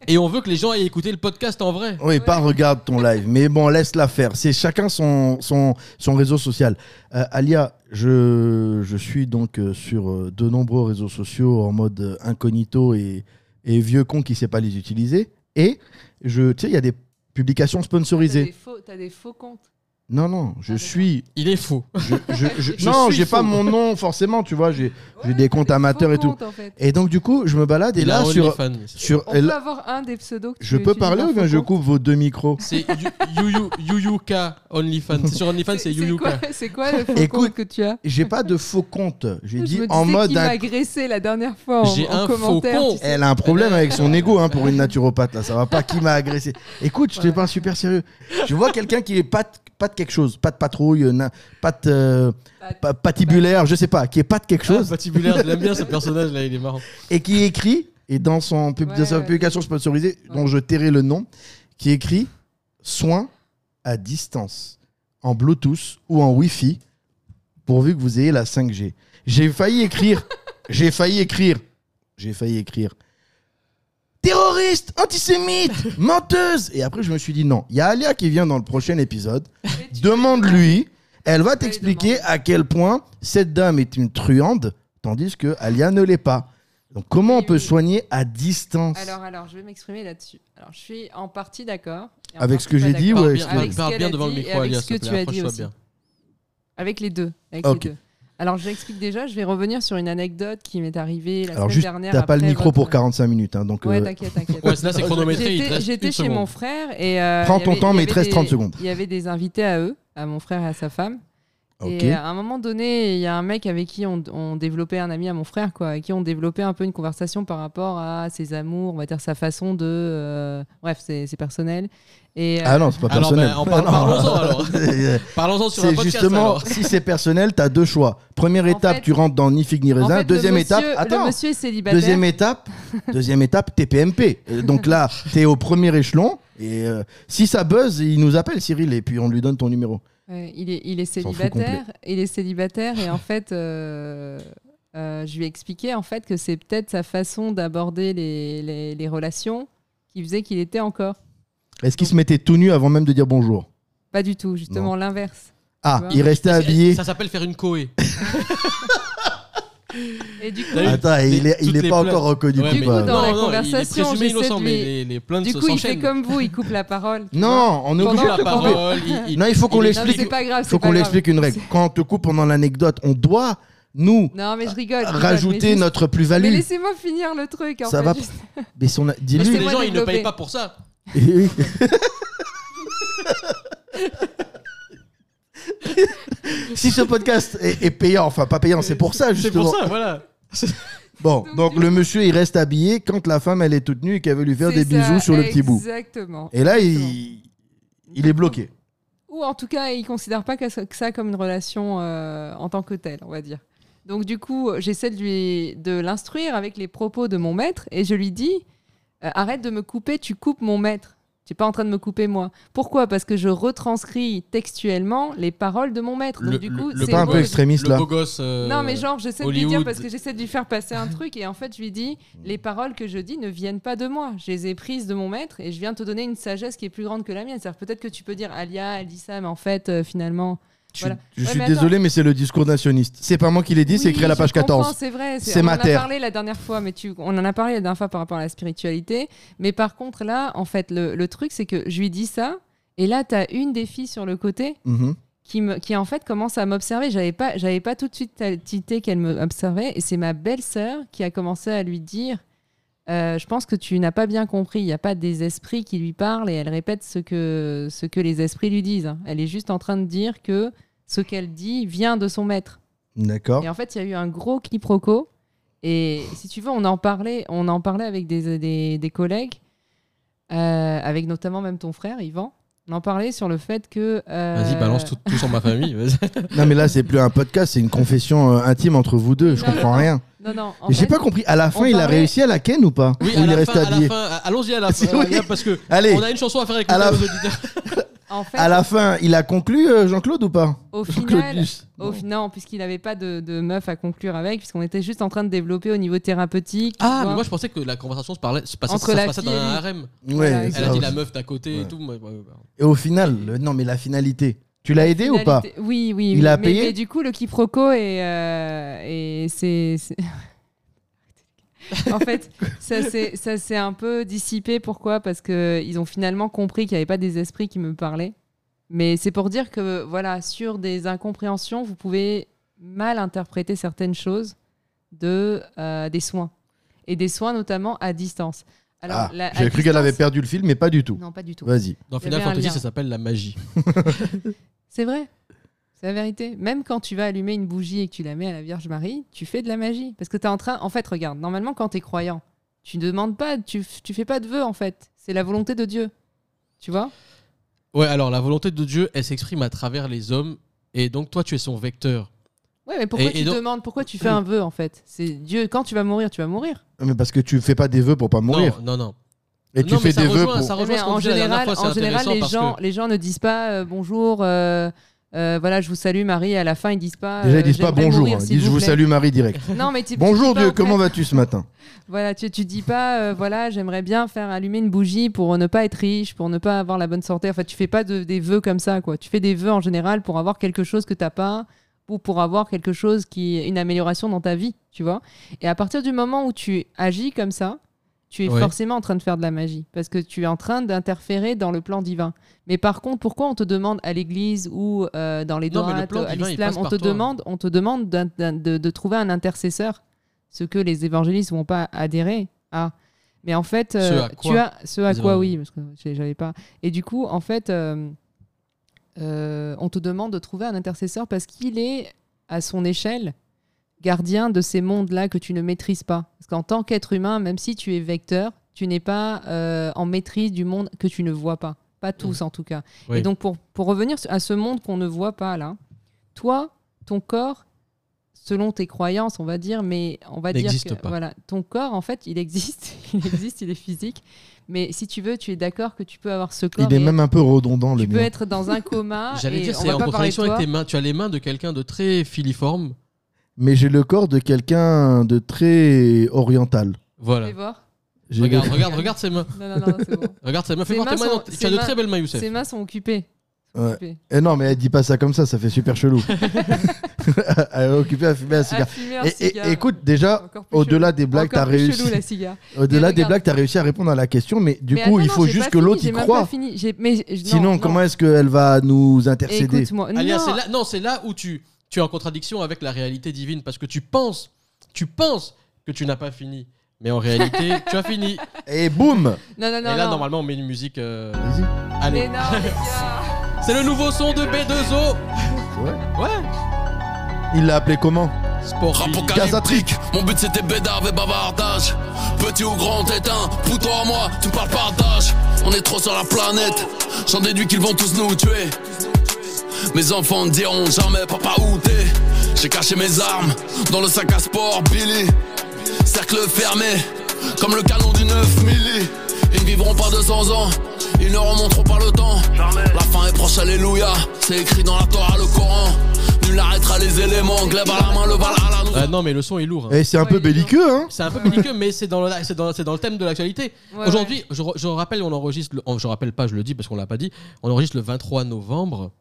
S3: Et on veut que les gens aillent écouter le podcast en vrai.
S2: Oui, pas regarde ton live. Mais bon, laisse-la faire. C'est chacun son, son, son réseau social. Euh, Alia, je, je suis donc euh, sur euh, de nombreux réseaux sociaux en mode euh, incognito et, et vieux con qui sait pas les utiliser. Et je, tu sais, il y a des publications
S9: T'as des,
S2: sponsorisées.
S9: faux, t'as des faux comptes.
S2: Non, non, je suis.
S3: Il est faux.
S2: je- je- je-
S3: Je
S2: non,
S3: suis
S2: j'ai pas
S3: faux.
S2: mon nom forcément, tu vois. J'ai j'ai des comptes
S9: T'as
S2: amateurs
S9: faux
S2: et tout.
S9: comptes, en fait.
S2: Et donc, du coup, je me balade et
S3: Il
S2: là,
S3: a un
S2: sur.
S3: OnlyFans.
S2: sur
S9: On
S2: et
S9: peut
S2: là-
S9: avoir un des pseudos que
S2: je
S9: tu
S2: peux
S9: utilises
S2: parler
S9: en
S2: ou bien
S9: faux
S2: je
S9: compte
S2: coupe vos deux micros
S3: C'est Yu- Yu- Yu- Yuyuka OnlyFans. C'est Sur OnlyFans, c'est Yuyuka.
S9: quoi- C'est quoi le faux
S2: Écoute,
S9: compte que tu as
S2: J'ai pas de faux compte. J'ai
S9: Je
S2: dit
S9: me
S2: en
S9: disais
S2: mode.
S9: qu'il m'a
S2: inc-
S9: agressé la dernière fois en,
S3: J'ai
S9: en
S3: un faux
S9: commentaire.
S3: compte.
S9: tu sais.
S2: Elle a un problème avec son ego hein, pour une naturopathe là, ça va pas. Qui m'a agressé Écoute, je te
S9: Ouais.
S2: parle super sérieux. Je vois quelqu'un qui est pas de- pas de quelque chose, pas de patrouille, euh, na- pas de euh, pa- patibulaire, je sais pas, qui est pas de quelque
S3: Ah,
S2: chose
S3: patibulaire, je l'aime bien ce personnage là, il est marrant.
S2: et qui écrit et dans son pub-
S9: Ouais,
S2: dans sa
S9: ouais.
S2: publication sponsorisée dont je tairai le nom, qui écrit soins à distance en Bluetooth ou en Wi-Fi pourvu que vous ayez la 5G. J'ai failli écrire, j'ai failli écrire, j'ai failli écrire terroriste, antisémite, menteuse. Et après, je me suis dit non. Il y a Alia qui vient dans le prochain épisode. Demande-lui. Elle va t'expliquer à quel point cette dame est une truande, tandis que Alia ne l'est pas. Donc, comment on
S9: Oui,
S2: peut
S9: oui.
S2: soigner à distance
S9: Alors, alors, je vais m'exprimer là-dessus. Alors, je suis en partie d'accord. et en
S2: Avec ce que
S9: partie
S2: j'ai
S9: pas
S2: dit,
S9: d'accord.
S3: Parle
S2: ouais.
S3: bien,
S2: je-
S9: Avec ce
S3: parle
S9: qu'elle
S3: bien
S9: a
S3: devant le
S9: dit
S3: micro,
S9: et avec
S3: Alias.
S9: ce que tu as dit aussi. Avec les deux. Avec
S2: Ok.
S9: les deux. Alors, je l'explique déjà. Je vais revenir sur une anecdote qui m'est arrivée la
S2: Alors,
S9: semaine
S2: juste,
S9: dernière.
S2: t'as pas le
S9: après
S2: micro pour
S9: votre-
S2: 45 minutes. hein, donc,
S9: Ouais,
S2: euh,
S9: t'inquiète, t'inquiète.
S3: Ouais, là c'est chronométré, il te
S9: J'étais
S3: reste
S9: j'étais
S3: une
S9: chez
S3: seconde.
S9: mon frère et. euh,
S2: Prends
S9: il y
S2: ton
S9: avait-
S2: temps,
S9: il y
S2: mais
S9: avait
S2: il te reste 30
S9: des-
S2: secondes.
S9: Il y avait des invités à eux, à mon frère et à sa femme.
S2: ok.
S9: Et euh, à un moment donné, il y a un mec avec qui on, on développait un ami à mon frère, quoi, avec qui on développait un peu une conversation par rapport à ses amours, on va dire sa façon de. euh, bref, c'est c'est personnel. Et, euh,
S2: Ah non, c'est pas
S3: Alors,
S2: personnel.
S3: ben, on parle-
S2: Non.
S3: parlons-en, alors.
S2: C'est-
S3: Parlons-en sur un
S2: C'est
S3: podcast.
S2: justement,
S3: alors.
S2: si c'est personnel, t'as deux choix. Première
S9: En
S2: étape,
S9: fait-
S2: tu rentres dans ni figue ni
S9: en
S2: raisin.
S9: fait, le
S2: deuxième
S9: monsieur-
S2: étape,
S9: Le
S2: attends.
S9: monsieur est célibataire.
S2: Deuxième étape, deuxième étape, TPMP. Euh, Donc là, t'es au premier échelon. Et euh, si ça buzz, il nous appelle Cyril et puis on lui donne ton numéro.
S9: Ouais, il, est, il est
S2: S'en fout
S9: célibataire. Il est célibataire et en fait, euh, euh, je lui ai expliqué en fait que c'est peut-être sa façon d'aborder les, les- les relations qui faisait qu'il était encore.
S2: Est-ce qu'il se mettait tout nu avant même de dire bonjour
S9: Pas du tout, justement l'inverse.
S2: Ah,
S9: Tu vois
S2: il restait habillé.
S3: Ça s'appelle faire une coé.
S9: Et du coup,
S3: T'as eu
S2: Attends,
S3: les-
S2: il est, il
S3: toutes
S2: est
S3: les
S2: pas
S3: places.
S2: encore reconnu.
S3: Ouais,
S2: pour
S9: Du
S3: mais- hein.
S9: coup,
S2: pas-
S9: dans-
S3: non, non,
S9: la
S3: il est
S9: conversation,
S3: présumé
S9: j'essaie de
S3: innocent,
S9: lui-
S3: mais les, les plaintes
S9: du
S3: se-
S9: coup il fait
S3: s'enchaînent.
S9: comme vous, il coupe la parole. tu vois.
S2: Non, on est
S3: Il
S2: obligé
S3: coupe
S2: de te
S3: la
S2: couper.
S3: parole. il- il-
S2: Non, il faut qu'on
S3: il-
S9: Non, mais
S2: l'explique.
S9: c'est pas grave.
S2: Il
S9: c'est
S2: faut qu'on
S9: pas grave.
S2: l'explique une règle. Quand on te coupe pendant l'anecdote, on doit, nous,
S9: Non, mais je rigole. je rigole, mais
S2: rajouter
S9: juste-
S2: notre
S9: Mais
S2: plus-value.
S9: laissez-moi finir le truc. En
S2: Ça
S9: fait,
S2: va
S9: juste-
S2: Mais son.
S3: Parce que
S2: Dis-lui.
S3: les gens, ils ne
S9: développer.
S3: payent pas pour ça.
S2: Oui. si ce podcast est, est payant, enfin pas payant, c'est pour ça
S3: C'est
S2: justement.
S3: pour ça, voilà.
S2: Bon, donc le monsieur il reste habillé quand la femme elle est toute nue et qu'elle veut lui faire des
S9: C'est ça,
S2: bisous sur le petit bout.
S9: Exactement.
S2: Et là il, il est bloqué.
S9: Ou en tout cas, il considère pas que ça- que ça comme une relation euh, en tant que telle, on va dire. Donc du coup, j'essaie de lui de l'instruire avec les propos de mon maître et je lui dis euh, arrête de me couper, tu coupes mon maître. Tu n'es pas en train de me couper moi. Pourquoi Parce que je retranscris textuellement les paroles de mon maître. Donc
S3: Le-
S9: du coup,
S3: le-
S9: c'est
S2: C'est pas un peu
S9: horrible.
S2: extrémiste
S3: Le
S2: là.
S3: beau gosse. euh,
S9: Non, mais genre, j'essaie de lui
S3: Hollywood.
S9: dire parce que j'essaie de lui faire passer un truc et en fait, je lui dis
S2: Mm.
S9: les paroles que je dis ne viennent pas de moi. Je les ai prises de mon maître et je viens te donner une sagesse qui est plus grande que la mienne. C'est-à-dire, peut-être que tu peux dire Alia, elle dit ça, mais en fait, euh, finalement.
S2: Je,
S9: Voilà.
S2: je
S9: Ouais,
S2: suis
S9: mais attends.
S2: désolé mais c'est le discours nationaliste. C'est pas moi qui l'ai dit, c'est
S9: Oui,
S2: écrit à la
S9: je
S2: page
S9: comprends,
S2: 14.
S9: C'est vrai,
S2: C'est
S9: on
S2: ma
S9: en
S2: terre.
S9: a parlé la dernière fois, mais tu, on en a parlé la dernière fois par rapport à la spiritualité. Mais par contre, là, en fait, le, le truc, c'est que je lui dis ça et là, tu as une des filles sur le côté
S2: Mhm.
S9: qui, me, qui en fait commence à m'observer. J'avais pas, j'avais pas tout de suite tilté qu'elle me observait. Et c'est ma belle-sœur qui a commencé à lui dire euh, Je pense que tu n'as pas bien compris. Il n'y a pas des esprits qui lui parlent et elle répète ce que, ce que les esprits lui disent. hein. Elle est juste en train de dire que ce qu'elle dit vient de son maître.
S2: D'accord.
S9: Et en fait, il y a eu un gros quiproquo. Et si tu veux, on en parlait, on en parlait avec des, des, des collègues, euh, avec notamment même ton frère, Yvan. On en parlait sur le fait que. euh,
S3: Vas-y, balance tout, tout sur ma famille. vas-y.
S2: Non mais là c'est plus un podcast, c'est une confession euh, intime entre vous deux. Je
S9: Non,
S2: comprends
S9: non,
S2: rien.
S9: Non, non. en
S2: Mais J'ai
S9: fait-
S2: pas compris. À la fin,
S9: on
S2: il a
S9: parlait-
S2: réussi à la ken ou pas
S3: Oui,
S2: Ou
S3: à
S2: il
S3: la
S2: reste
S3: fin, à la
S2: habillé
S3: fin, à- allons-y à la fin.
S2: Oui.
S3: euh, Parce que
S2: Allez,
S3: on a une chanson à faire avec
S2: À la
S3: les auditeurs.
S9: En fait,
S2: À la fin, il a conclu, euh, Jean-Claude, ou pas
S9: au final,
S2: Claudius.
S9: au fi- non, puisqu'il n'avait pas de, de meuf à conclure avec, puisqu'on était juste en train de développer au niveau thérapeutique.
S3: Ah,
S9: tu
S3: mais
S9: vois.
S3: moi je pensais que la conversation se, parlait, se passait,
S9: Entre
S3: ça se
S9: la
S3: passait
S9: fille
S3: dans
S9: et
S3: un
S9: lui.
S3: harem.
S2: Ouais,
S9: Elle
S3: Elle
S2: ça
S3: a dit
S2: aussi.
S3: la meuf d'un côté
S2: Ouais.
S3: et tout. mais- ouais, ouais, ouais.
S2: Et au final, le- non, mais la finalité. Tu l'as aidé ou pas
S9: Finalité- Oui, oui.
S2: Il
S9: oui.
S2: a
S9: mais,
S2: payé
S9: mais du coup, le quiproquo et, euh, et c'est. c'est- en fait, ça s'est ça s'est un peu dissipé. Pourquoi Parce que ils ont finalement compris qu'il n'y avait pas des esprits qui me parlaient. Mais c'est pour dire que, voilà, sur des incompréhensions, vous pouvez mal interpréter certaines choses de, euh, des soins. Et des soins notamment à distance.
S2: Ah,
S9: la- à
S2: J'avais cru qu'elle avait
S9: distance-
S2: perdu le film, mais pas du tout.
S9: Non, pas du tout.
S2: Vas-y.
S3: Dans
S9: Il y
S3: Final
S9: avait un
S3: Fantasy,
S9: lien.
S3: ça s'appelle la magie.
S9: C'est vrai. C'est la vérité. Même quand tu vas allumer une bougie et que tu la mets à la Vierge Marie, tu fais de la magie. Parce que tu es en train. En fait, regarde, normalement, quand tu es croyant, tu ne demandes pas, tu, f- tu fais pas de vœux, en fait. C'est la volonté de Dieu. Tu vois
S3: Ouais, alors la volonté de Dieu, elle s'exprime à travers les hommes. Et donc toi, tu es son vecteur.
S9: Ouais, mais pourquoi
S3: Et- et
S9: tu
S3: donc-
S9: demandes Pourquoi tu fais un vœu, en fait C'est Dieu, quand tu vas mourir, tu vas mourir.
S2: Mais parce que tu fais pas des vœux pour pas mourir.
S3: Non, non, non.
S2: Et tu
S3: Non, mais
S2: fais
S3: ça
S2: des vœux
S3: rejoint-
S2: pour.
S3: ça rejoint
S9: Mais
S3: ce qu'on
S9: Eh ben, en
S3: disait la dernière
S9: général,
S3: fois, c'est
S9: en général
S3: intéressant
S9: les,
S3: parce
S9: gens,
S3: que-
S9: les gens ne disent pas euh, bonjour, euh, euh, voilà, je vous salue, Marie. À la fin, ils disent pas.
S2: Déjà,
S9: euh,
S2: ils disent pas
S9: j'aimerais
S2: bonjour.
S9: mourir,
S2: hein. Ils
S9: s'il
S2: disent je vous
S9: plaît.
S2: salue Marie direct.
S9: Non, mais tu- tu
S2: Bonjour
S9: dis pas,
S2: Dieu,
S9: en
S2: comment
S9: fait,
S2: vas-tu ce matin
S9: Voilà, tu, tu dis pas, euh, voilà, j'aimerais bien faire allumer une bougie pour ne pas être riche, pour ne pas avoir la bonne santé. Enfin, tu fais pas de- des vœux comme ça, quoi. Tu fais des vœux en général pour avoir quelque chose que t'as pas ou pour avoir quelque chose qui une amélioration dans ta vie, tu vois. Et à partir du moment où tu agis comme ça, tu es
S3: Ouais.
S9: forcément en train de faire de la magie parce que tu es en train d'interférer dans le plan divin. Mais par contre, pourquoi on te demande à l'église ou euh, dans les
S3: Non, mais le
S9: droites,
S3: plan
S9: à
S3: divin, il
S9: l'islam,
S3: passe
S9: on
S3: par
S9: te
S3: toi.
S9: demande, on te demande d'un- d'un- de, de trouver un intercesseur, ce que les évangélistes vont pas adhérer à. Mais en fait, euh,
S3: à quoi
S9: tu as ce à
S3: les
S9: quoi, oui, parce que j'ai- j'avais pas. Et du coup, en fait, euh, euh, on te demande de trouver un intercesseur parce qu'il est à son échelle gardien de ces mondes-là que tu ne maîtrises pas. Parce qu'en tant qu'être humain, même si tu es vecteur, tu n'es pas euh, en maîtrise du monde que tu ne vois pas. Pas tous en tout cas.
S3: Mmh. Oui.
S9: Et donc pour, pour revenir sur- à ce monde qu'on ne voit pas là, toi, ton corps, selon tes croyances, on va dire, mais on va dire
S3: N'existe
S9: que
S3: pas.
S9: voilà, ton corps en fait, il existe, il existe, il est physique. Mais si tu veux, tu es d'accord que tu peux avoir ce corps.
S2: Il est
S9: et
S2: même un peu redondant le
S9: tu peux
S2: mien.
S9: être dans un coma.
S3: J'allais
S9: et
S3: dire,
S9: on
S3: c'est
S9: va
S3: en
S9: pas parler de
S3: contradiction avec
S9: toi.
S3: tes mains. Tu as les mains de quelqu'un de très filiforme.
S2: Mais j'ai le corps de quelqu'un de très oriental.
S3: Voilà.
S9: Fais voir.
S2: J'ai-
S3: Regarde, regarde, regarde ses mains.
S9: Non, non, non, c'est bon.
S3: Regarde ses mains. Fais
S9: Ses
S3: voir tes
S9: mains
S3: mains.
S9: sont-
S3: dans- Tu
S9: ses
S3: as de
S9: mains-
S3: très belles mains, Youssef.
S9: Ses mains sont occupées. Sont
S2: Ouais.
S9: occupées.
S2: Eh non, mais elle dit pas ça comme ça, ça fait super chelou. elle est occupée à fumer un
S9: À
S2: cigare.
S9: fumer un
S2: Et- et-
S9: Ah, cigare.
S2: écoute, déjà,
S9: Encore plus
S2: au-delà des blagues,
S9: Encore
S2: t'as
S9: plus
S2: réussi.
S9: chelou, la cigare.
S2: Au-delà
S9: Mais
S2: des
S9: regarde.
S2: blagues, t'as réussi à répondre à la question, mais du
S9: Mais
S2: coup,
S9: attends,
S2: il
S9: non,
S2: faut
S9: j'ai
S2: juste
S9: pas
S2: que
S9: fini,
S2: l'autre y
S9: j'ai même
S2: croit.
S9: pas fini. J'ai- mais je- non,
S2: Sinon,
S9: non.
S2: comment est-ce qu'elle va nous intercéder
S9: Écoute-moi.
S3: Alia,
S9: non.
S3: c'est là, non, c'est là où tu, tu es en contradiction avec la réalité divine parce que tu penses, tu penses que tu n'as pas fini, mais en réalité, tu as fini.
S2: Et Eh, boum
S9: Non, non, non.
S3: Et là,
S9: non.
S3: normalement, on met une musique. euh,
S2: Vas-y.
S9: Mais
S3: Allez,
S9: non, les gars.
S3: c'est le nouveau son de B2O.
S2: C'est vrai
S3: Ouais.
S2: Il l'a appelé comment
S3: Sport.
S2: Ah,
S8: Rap
S3: Billy.
S8: apocalyptique, mon but c'était bédard et bavardage. Petit ou grand éteint, pour toi moi, tu me parles pas d'âge. On est trop sur la planète, j'en déduis qu'ils vont tous nous tuer. Mes enfants ne diront jamais papa où t'es. J'ai caché mes armes dans le sac à sport, Billy. Cercle fermé, comme le canon du 9 milli. Ils ne vivront pas 200 ans, ils ne remonteront pas le temps. La fin est proche, alléluia. C'est écrit dans la Torah, le Coran. Nul n'arrêtera les éléments, glaive à la main, le bal à la nouvelle.
S3: Euh, non, mais le son est lourd. hein.
S2: Et Eh, c'est un
S9: Ouais,
S2: peu
S9: il est lourd.
S2: belliqueux, hein
S3: C'est un peu belliqueux, mais c'est dans, le- c'est dans, c'est dans le thème de l'actualité.
S9: Ouais,
S3: Aujourd'hui, je, re- je rappelle, on enregistre. Le, oh, je rappelle pas, je le dis parce qu'on l'a pas dit. On enregistre le 23 novembre.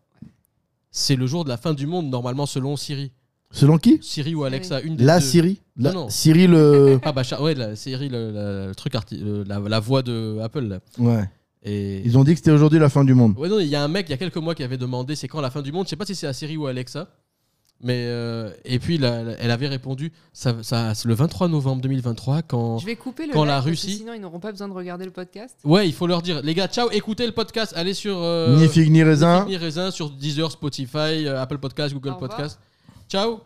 S3: C'est le jour de la fin du monde, normalement, selon Siri.
S2: Selon qui
S3: Siri ou Alexa, une des
S2: La
S3: deux.
S2: Syrie La
S3: Non, non.
S2: Syrie le.
S3: Ah bah Char- ouais, la série, le, la- le truc arti- le- la, la voix de Apple. là.
S2: Ouais.
S3: Et
S2: Ils ont dit que c'était aujourd'hui la fin du monde.
S3: ouais non, il y a un mec il y a quelques mois qui avait demandé c'est quand la fin du monde. Je sais pas si c'est la série ou Alexa, mais euh, et puis la- la- elle avait répondu ça, ça c'est le 23 novembre 2023 quand.
S9: Je vais couper le.
S3: Quand
S9: live
S3: la
S9: parce que
S3: Russie-
S9: Sinon, ils n'auront pas besoin de regarder le podcast.
S3: Ouais, il faut leur dire les gars, ciao, écoutez le podcast, allez sur euh,
S2: Ni figue ni raisin.
S3: Ni Raisin sur Deezer, Spotify, euh, Apple Podcast,
S9: Au
S3: Google
S9: revoir.
S3: Podcast. Ciao,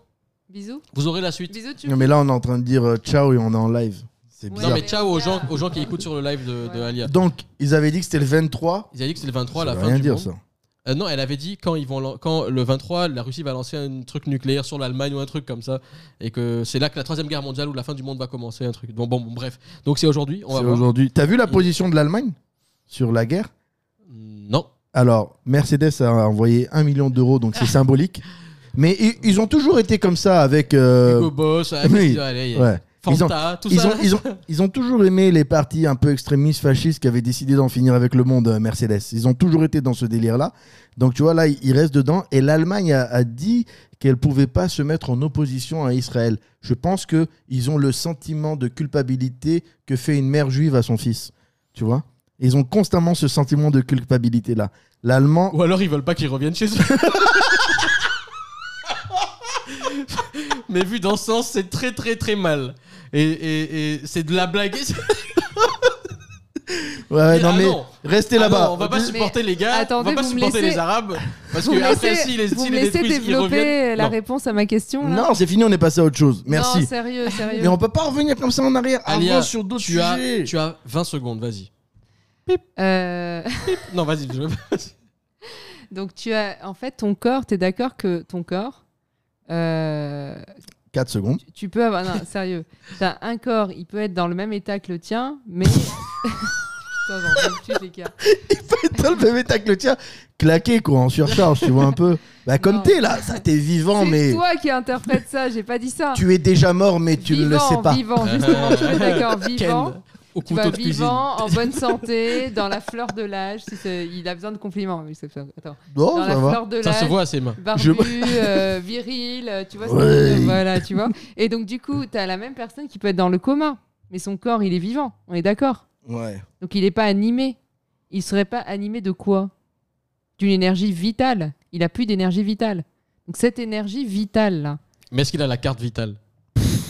S9: Bisous.
S3: vous aurez la suite.
S9: Bisous, tu.
S2: Non, mais là, on est en train de dire euh, ciao et on est en live. C'est
S9: Ouais.
S2: bizarre.
S3: Non mais ciao aux
S9: les
S3: gens,
S9: gars.
S3: aux gens qui écoutent sur le live de, de
S9: Ouais.
S3: Alia.
S2: Donc, ils avaient dit que c'était le 23.
S3: Ils avaient dit que c'est le 23
S2: Ça
S3: la
S2: veut
S3: fin
S2: rien
S3: du
S2: dire,
S3: monde.
S2: ça.
S3: Euh, non, elle avait dit quand ils vont lan- quand le 23, la Russie va lancer un truc nucléaire sur l'Allemagne ou un truc comme ça, et que c'est là que la troisième guerre mondiale ou la fin du monde va commencer, un truc. Bon, bon, bon, bref. Donc c'est aujourd'hui. On va
S2: C'est
S3: voir.
S2: aujourd'hui. T'as vu la
S3: Il-
S2: position de l'Allemagne sur la guerre
S3: Mm, Non.
S2: Alors, Mercedes a envoyé 1 million d'euros, donc c'est symbolique. Mais i- ils ont toujours été comme ça avec. euh,
S3: Hugo Boss, ah,
S2: oui,
S3: qu'est-ce- allez,
S2: ouais. Ils ont-
S3: Fanta, tout
S2: Ils
S3: ça.
S2: ont, ils, ont, ils ont toujours aimé les partis un peu extrémistes, fascistes qui avaient décidé d'en finir avec le monde, euh, Mercedes. Ils ont toujours été dans ce délire-là. Donc tu vois, là, ils restent dedans. Et l'Allemagne a, a dit qu'elle ne pouvait pas se mettre en opposition à Israël. Je pense qu'ils ont le sentiment de culpabilité que fait une mère juive à son fils. Tu vois Ils ont constamment ce sentiment de culpabilité-là. L'Allemand,
S3: Ou alors ils veulent pas qu'ils reviennent chez eux. Mais vu dans ce sens, c'est très très très mal. Et, et- et c'est de la blague.
S2: ouais, non
S3: Ah
S2: mais
S3: non.
S2: restez
S3: Ah
S2: là-bas.
S3: non, on va pas supporter les gars,
S9: attendez,
S3: on va pas
S9: vous me
S3: supporter les
S9: laissez-
S3: Arabes. Parce
S9: Vous
S3: que
S9: me
S3: après,
S9: laissez,
S3: si les, si
S9: vous me
S3: les
S9: laissez
S3: détruisent, ils
S9: développer
S3: reviennent.
S9: la
S3: Non.
S9: réponse à ma question là
S2: Non, c'est fini, on est passé à autre chose. Merci.
S9: Non, sérieux, sérieux.
S2: mais on peut pas revenir comme ça en arrière.
S3: Alia,
S2: Avance sur d'autres
S3: tu, as,
S2: sujets.
S3: tu as 20 secondes, vas-y.
S9: Euh,
S3: Non, vas-y. je- Euh,
S9: donc tu as, en fait, ton corps, tu es d'accord que ton corps, euh,
S2: 4 secondes.
S9: tu- tu peux avoir, non, sérieux, t'as un corps, il peut être dans le même état que le tien, mais. Putain, j'en peux plus, les gars.
S2: Putain, le bébé tac le tien, claqué quoi, en surcharge, tu vois un peu. Bah comme
S9: Non.
S2: t'es là, ça t'es vivant,
S9: C'est
S2: mais
S9: toi qui interprète ça, j'ai pas dit ça.
S2: tu es déjà mort, mais tu ne le sais pas.
S9: Vivant, justement, je suis d'accord, vivant.
S3: Ken, au
S9: Tu vas
S3: couteau de cuisine.
S9: vivant, en bonne santé, dans la fleur de l'âge. si c'est- il a besoin de compliments. oui, c'est- Attends.
S2: Bon,
S9: dans la
S2: Oh, ça va.
S9: fleur de
S3: Ça se
S9: l'âge,
S3: voit à ses mains.
S9: barbu, euh, viril, euh, tu vois ce que
S2: Ouais.
S9: je veux dire, Voilà, tu vois. Et donc, du coup, tu as la même personne qui peut être dans le coma, mais son corps, il est vivant, on est d'accord.
S2: Ouais.
S9: Donc, il n'est pas animé. Il serait pas animé de quoi D'une énergie vitale. Il a plus d'énergie vitale. Donc, cette énergie vitale-là,
S3: Mais est-ce qu'il a la carte vitale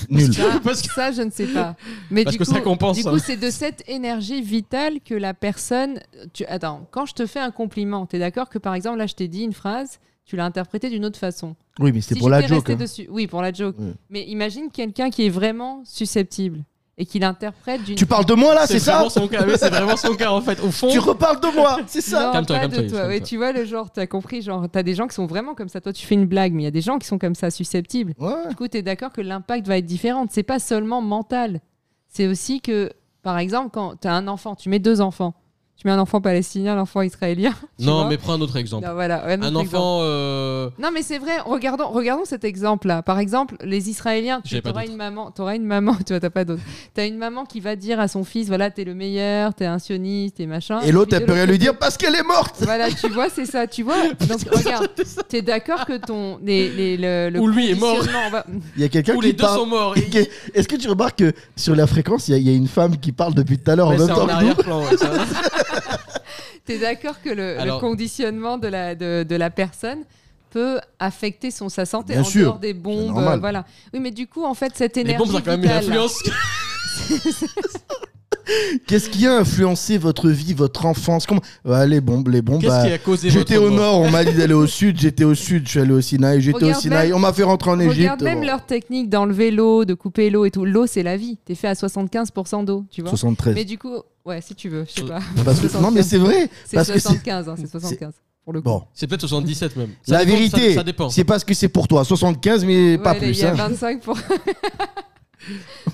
S2: Nul.
S3: Parce que-
S9: ça, je ne sais pas. Mais
S3: Parce
S9: du
S3: que ça
S9: coup-
S3: compense,
S9: Du
S3: hein.
S9: coup, c'est de cette énergie vitale que la personne. Tu... Attends, quand je te fais un compliment, tu es d'accord que, par exemple, là, je t'ai dit une phrase, tu l'as interprétée d'une autre façon.
S2: Oui, mais c'est
S9: Si
S2: pour la
S9: j'étais
S2: joke.
S9: restée
S2: hein.
S9: dessus- Oui, pour la joke.
S2: Ouais.
S9: Mais imagine quelqu'un qui est vraiment susceptible et qui l'interprète d'une.
S2: Tu parles de moi là, c'est ça
S3: vraiment son cas. Ah Oui, C'est vraiment son cas en fait. Au fond,
S2: Tu reparles de moi, c'est ça
S9: Non,
S3: Calme-toi,
S9: pas de
S3: calme-toi,
S9: toi.
S3: calme-toi.
S9: Ouais, tu vois le genre, t'as compris, genre t'as des gens qui sont vraiment comme ça. Toi, tu fais une blague, mais il y a des gens qui sont comme ça, susceptibles.
S2: Ouais.
S9: Du coup, t'es d'accord que l'impact va être différent. C'est pas seulement mental. C'est aussi que, par exemple, quand t'as un enfant, tu mets deux enfants. Tu mets un enfant palestinien, un enfant israélien. tu
S3: non,
S9: vois.
S3: mais prends un autre exemple.
S9: Non, voilà, ouais,
S3: un
S9: autre exemple.
S3: enfant. euh,
S9: Non, mais c'est vrai. Regardons, regardons cet exemple-là. Par exemple, les Israéliens. Tu
S3: J'avais pas
S9: auras
S3: d'autre.
S9: une maman. T'auras une maman. Tu vois, t'as pas d'autre. T'as une maman qui va dire à son fils, voilà, t'es le meilleur, t'es un sioniste, t'es machin.
S2: Et l'autre,
S9: puis
S2: elle
S9: de
S2: peut rien lui
S9: côté-
S2: dire parce qu'elle est morte
S9: Voilà, tu vois, c'est ça. Tu vois. Donc regarde, t'es d'accord que ton les, les- le, le
S3: Ou lui est mort.
S9: conditionnement va-
S2: Il y a quelqu'un
S3: Où les
S2: qui
S3: deux sont
S2: parle.
S3: morts.
S2: Et que- Est-ce que tu remarques que sur la fréquence, il y a- il y, a une femme qui parle depuis tout à l'heure en
S3: Ouais,
S2: même
S3: c'est
S2: temps
S3: en
S2: que nous
S3: arrière-plan. ouais, ça.
S9: T'es d'accord que le, le
S3: Alors-
S9: conditionnement de la, de, de la personne peut affecter son, sa santé
S2: Bien
S9: en
S2: sûr,
S9: dehors des bombes.
S2: normal.
S9: euh, voilà. Oui, mais du coup, en fait, cette
S3: Les
S9: énergie.
S3: bombes ont quand même une
S9: vitale-
S3: influence.
S2: Qu'est-ce qui a influencé votre vie, votre enfance Comment... Ouais, Les bombes, les bombes.
S3: Qu'est-ce
S2: bah,
S3: qui a causé
S2: J'étais
S3: votre
S2: au
S3: mort
S2: nord, on m'a dit d'aller au sud, j'étais au sud, je suis allé au Sinaï, j'étais au
S9: Regarde
S2: Sinaï,
S9: même-
S2: on m'a fait rentrer en Égypte.
S9: Regarde même
S2: Bon.
S9: leur technique dans le vélo, de couper l'eau et tout. L'eau, c'est la vie. T'es fait à 75% d'eau, tu vois.
S2: 73.
S9: Mais du coup, ouais, si tu veux, je sais pas.
S2: Parce que- non, mais c'est vrai.
S9: C'est
S2: Parce que c'est.
S9: 75, hein, c'est 75. Pour le coup.
S2: Bon,
S3: C'est peut-être 77 même. Ça
S2: la
S3: dépend,
S2: vérité,
S3: ça, ça dépend.
S2: c'est parce que c'est pour toi. 75, mais pas
S9: Ouais, les-
S2: plus.
S9: Il y a
S2: hein.
S9: 25 pour.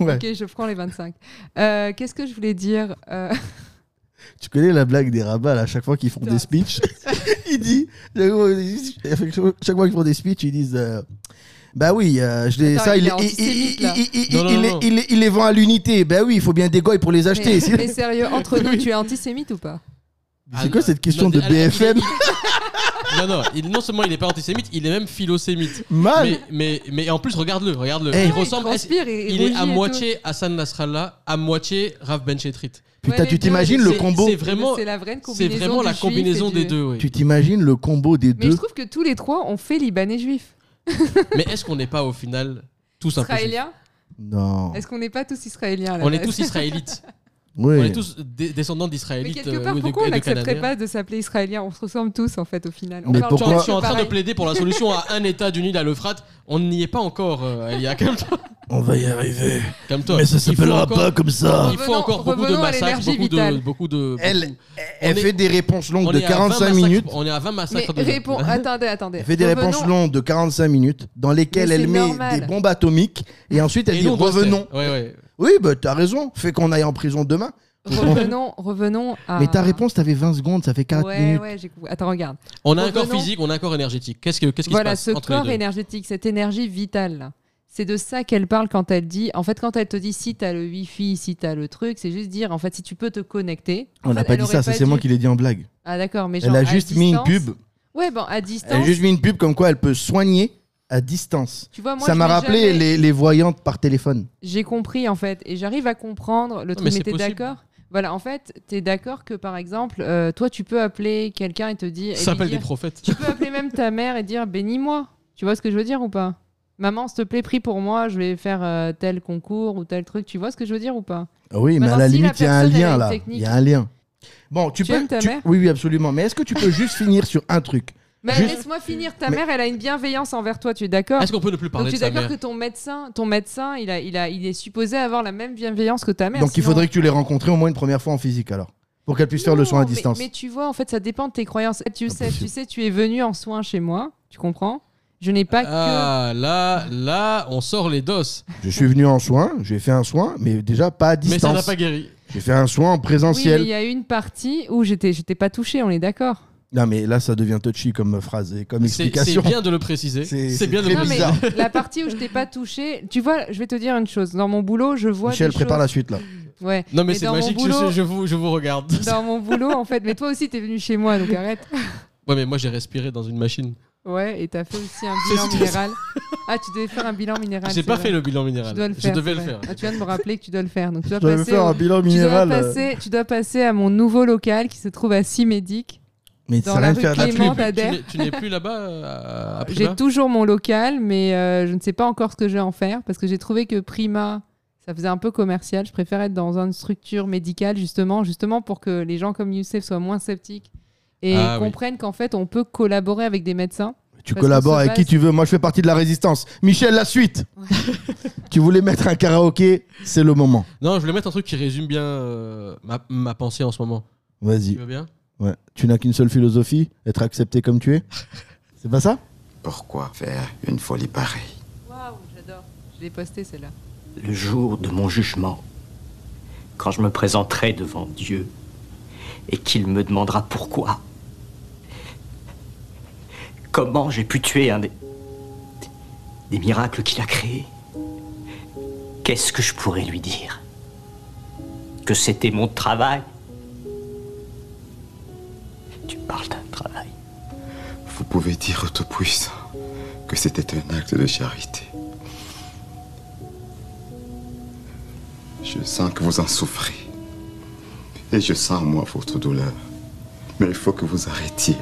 S2: Ouais.
S9: Ok, je prends les 25. Euh, Qu'est-ce que je voulais dire Euh,
S2: Tu connais la blague des rabats, là, à chaque fois qu'ils font des speeches Il dit. Chaque fois qu'ils font des speeches, ils disent. euh, bah oui, euh, je les,
S9: Attends,
S2: ça,
S9: il
S2: il,
S9: est
S2: il-
S9: antisémite,
S2: il-
S9: là.
S2: il- il-
S3: Non, non,
S2: il-
S3: non.
S2: il- il- il les vend à l'unité. Bah oui, il faut bien des goys pour les acheter.
S9: mais,
S2: C'est-
S9: mais sérieux, entre nous, tu es antisémite ou pas
S2: C'est quoi cette question
S3: non,
S2: de
S3: alors, il est-
S2: BFM
S3: il- Non, non, il- non seulement il est pas antisémite, il est même philosémite.
S2: Mal.
S3: Mais, mais, mais en plus, regarde-le, regarde-le.
S2: Ah. Eh.
S3: il
S9: Ouais,
S3: ressemble. à-
S9: transpire, il,
S3: il est
S9: rougit
S3: à
S9: et tout.
S3: moitié Hassan Nasrallah, à moitié Rav Benchetrit.
S2: Putain,
S9: Ouais,
S2: tu
S9: les deux,
S2: t'imagines le
S9: c'est-
S2: combo
S3: c'est vraiment-
S9: C'est la vraie
S3: C'est
S9: combinaison.
S3: vraiment
S9: du
S3: la
S9: juif
S3: combinaison
S9: et
S3: des
S9: du-
S3: deux. oui.
S2: Tu t'imagines le combo des
S9: Mais je
S2: deux
S9: trouve que tous les trois ont fait libanais juif.
S3: Mais est-ce qu'on n'est pas au final tous un peu juifs
S9: Israéliens euh,
S2: Non.
S9: Est-ce qu'on n'est pas tous israéliens à la
S3: On est
S9: base
S3: tous israélites.
S2: Oui.
S3: On est tous dé- descendants
S9: Mais
S3: d'israélites.
S9: quelque
S3: euh,
S9: part,
S3: ou de-
S9: pourquoi on
S3: et de
S9: n'accepterait
S3: Canadiens.
S9: pas de s'appeler israélien On se ressemble tous, en fait, au final. On
S2: Mais
S9: parle
S3: Je suis en-
S2: pourquoi-
S3: je suis en train de
S9: pareil.
S3: plaider pour la solution à un État du Nil à l'Euphrate. On n'y est pas encore, euh, Elia. Calme-toi.
S2: On va y arriver.
S3: Calme-toi.
S2: Mais ça
S3: Il faut
S2: s'appellera
S3: encore-
S2: pas comme ça.
S3: Il faut
S9: Revenons-
S3: encore beaucoup de
S9: revenons à
S3: massacres,
S9: l'énergie
S3: beaucoup de,
S9: vitale.
S3: beaucoup de.
S2: Ah. Elle-
S3: On
S2: Elle
S3: est-
S2: fait des réponses longues
S3: beaucoup-
S2: de
S3: on est à 20
S2: 45
S3: massacres-
S2: minutes. Hein
S3: On est à 20
S9: Mais
S3: massacres. de-
S9: réponds, attendez, attendez.
S2: Elle fait des réponses
S9: Revenons-
S2: longues de 45 minutes dans lesquelles
S9: Mais c'est
S2: elle met
S9: normal.
S2: des bombes atomiques et ensuite elle
S3: Et
S2: dit
S3: nous, on doit se taire.
S2: revenons.
S3: Ouais, ouais.
S2: Oui, bah t'as raison, fait qu'on aille en prison demain.
S9: Revenons, revenons à.
S2: Mais ta réponse, t'avais 20 secondes, ça fait 40
S9: Ah. Ouais,
S2: minutes.
S9: ouais, j'ai compris. Attends, regarde.
S3: On a un
S9: Revenons.
S3: corps physique, on a un corps énergétique. Qu'est-ce que- qu'est-ce qui
S9: Voilà,
S3: se passe
S9: ce
S3: entre les
S9: corps
S3: deux
S9: énergétique, cette énergie vitale, là, c'est de ça qu'elle parle quand elle dit. En fait, quand elle te dit si t'as le Wi-Fi, si t'as le truc, c'est juste dire en fait si tu peux te connecter. En
S2: On n'a
S9: fait,
S2: pas
S9: elle
S2: dit
S9: aurait
S2: ça, ça, c'est moi
S9: dû-
S2: qui l'ai dit en blague.
S9: Ah d'accord, mais genre,
S2: Elle a
S9: à
S2: juste mis une
S9: distance-
S2: pub.
S9: Ouais, bon, à
S2: Elle a
S9: distance.
S2: juste mis une pub comme quoi elle peut soigner à distance.
S9: Tu vois, moi,
S2: ça
S9: je
S2: m'a
S9: n'ai
S2: rappelé
S9: jamais-
S2: les, les voyantes par téléphone.
S9: J'ai compris en fait, et j'arrive à comprendre le truc.
S3: mais
S9: Mais,
S3: c'est
S9: t'es
S3: possible.
S9: d'accord Voilà, en fait, t'es d'accord que par exemple, euh, toi, tu peux appeler quelqu'un et te dire. et
S3: Ça
S9: lui
S3: s'appelle des
S9: dire-
S3: prophètes.
S9: Tu peux appeler même ta mère et dire bénis-moi. Tu vois ce que je veux dire ou pas Maman, s'il te plaît, prie pour moi, je vais faire euh, tel concours ou tel truc. Tu vois ce que je veux dire ou pas
S2: Ah Oui, mais
S9: Maintenant,
S2: à la
S9: Bah, si la
S2: limite, il y a un
S9: personne, elle a
S2: lien
S9: une
S2: là. Il
S9: technique.
S2: y a un lien. Bon, tu,
S9: Tu
S2: peux.
S9: aimes ta
S2: tu-
S9: mère
S2: Oui, oui, absolument. Mais est-ce que tu peux juste finir sur un truc
S9: Mais
S2: Juste-
S9: laisse-moi finir, ta
S2: Mais-
S9: mère, elle a une bienveillance envers toi, tu es d'accord
S3: Est-ce qu'on peut ne plus
S9: Donc
S3: parler
S9: tu
S3: Ah, de
S9: es
S3: sa
S9: d'accord
S3: mère
S9: que ton médecin, ton médecin, il a, il a, il est supposé avoir la même bienveillance que ta mère.
S2: Donc il
S9: sinon-
S2: faudrait que tu les rencontres au moins une première fois en physique alors, pour qu'elle puisse faire le
S9: Non,
S2: soin à
S9: mais-
S2: distance.
S9: Mais, tu vois, en fait, ça dépend de tes croyances. Eh,
S3: Ah,
S9: Tu sais,
S3: bah,
S2: Impossible.
S9: tu sais, tu es venu en soin chez moi, tu comprends Je n'ai pas
S3: Ah là, là, on sort les dos.
S2: Je suis venu en soin, j'ai fait un soin, mais déjà pas à
S3: Mais ça n'a
S2: distance.
S3: pas guéri.
S2: J'ai fait un soin en
S9: que. Oui, mais
S2: présentiel.
S9: il y a eu une partie où j'étais, j'étais pas touché. On est d'accord.
S2: Non mais là ça devient touchy comme phrase et comme
S3: C'est c'est
S2: explication.
S3: bien de le préciser.
S2: C'est-
S3: C'est
S2: c'est
S3: bien de le
S2: très
S9: Non, mais
S3: préciser.
S2: bizarre.
S9: la partie où je t'ai pas touché, tu vois, je vais te dire une chose. Dans mon boulot, je vois.
S2: Michel
S9: des
S2: prépare
S9: choses...
S2: la suite là.
S9: Ouais.
S3: Non, mais
S9: Mais
S3: c'est
S9: dans mon
S3: magique, je-
S9: boulot-
S3: je, je vous, je vous regarde.
S9: Dans mon boulot, en fait. Mais toi aussi, t'es venu chez moi, donc arrête.
S3: Ouais, mais moi j'ai respiré dans une machine.
S9: Ouais, et t'as fait aussi un
S3: C'est
S9: bilan
S3: ce que-
S9: minéral. Ah, tu devais faire un bilan minéral.
S3: J'ai
S9: c'est
S3: pas
S9: vrai.
S3: fait le bilan
S9: Tu
S3: minéral.
S9: dois le
S3: je
S9: faire.
S3: devais
S9: c'est
S3: le faire.
S9: vrai. Ah, tu viens de me rappeler que tu dois le faire. Donc tu dois
S2: Je vais
S9: passer.
S2: faire
S9: au-
S2: un bilan
S9: Tu dois,
S2: minéral. euh,
S9: passer, tu dois passer à mon nouveau local qui se trouve à Simédic.
S2: Mais
S9: dans
S2: ça
S9: la
S2: rien
S9: rue
S2: faire
S3: Ah,
S2: là
S3: tu
S9: Clément.
S3: n'es plus-
S9: Adair.
S3: tu n'es- tu n'es plus là-bas euh, à
S9: J'ai
S3: Prima
S9: toujours mon local, mais euh, je ne sais pas encore ce que je vais en faire parce que j'ai trouvé que Prima, ça faisait un peu commercial. Je préfère être dans une structure médicale justement, justement pour que les gens comme Youssef soient moins sceptiques et
S3: Ah oui.
S9: comprennent qu'en fait on peut collaborer avec des médecins.
S2: Tu
S9: Parce qu'on
S2: collabores
S9: se
S2: avec
S9: base-
S2: qui tu veux. Moi je fais partie de la résistance. Michel la suite. tu voulais mettre un karaoké, c'est le moment.
S3: Non, je voulais mettre un truc qui résume bien euh, ma, ma pensée en ce moment. Tu
S2: Vas-y.
S3: veux bien
S2: Ouais. Tu n'as qu'une seule philosophie, être accepté comme tu es. C'est pas ça
S10: Pourquoi faire une folie pareille
S9: Waouh, j'adore. Je l'ai posté celle-là.
S5: Le jour de mon jugement, quand je me présenterai devant Dieu et qu'il me demandera pourquoi, comment j'ai pu tuer un des, des miracles qu'il a créés, qu'est-ce que je pourrais lui dire Que c'était mon travail Tu parles d'un travail.
S10: Vous pouvez dire au Tout-Puissant que c'était un acte de charité. Je sens que vous en souffrez. Et je sens en moi votre douleur. Mais il faut que vous arrêtiez.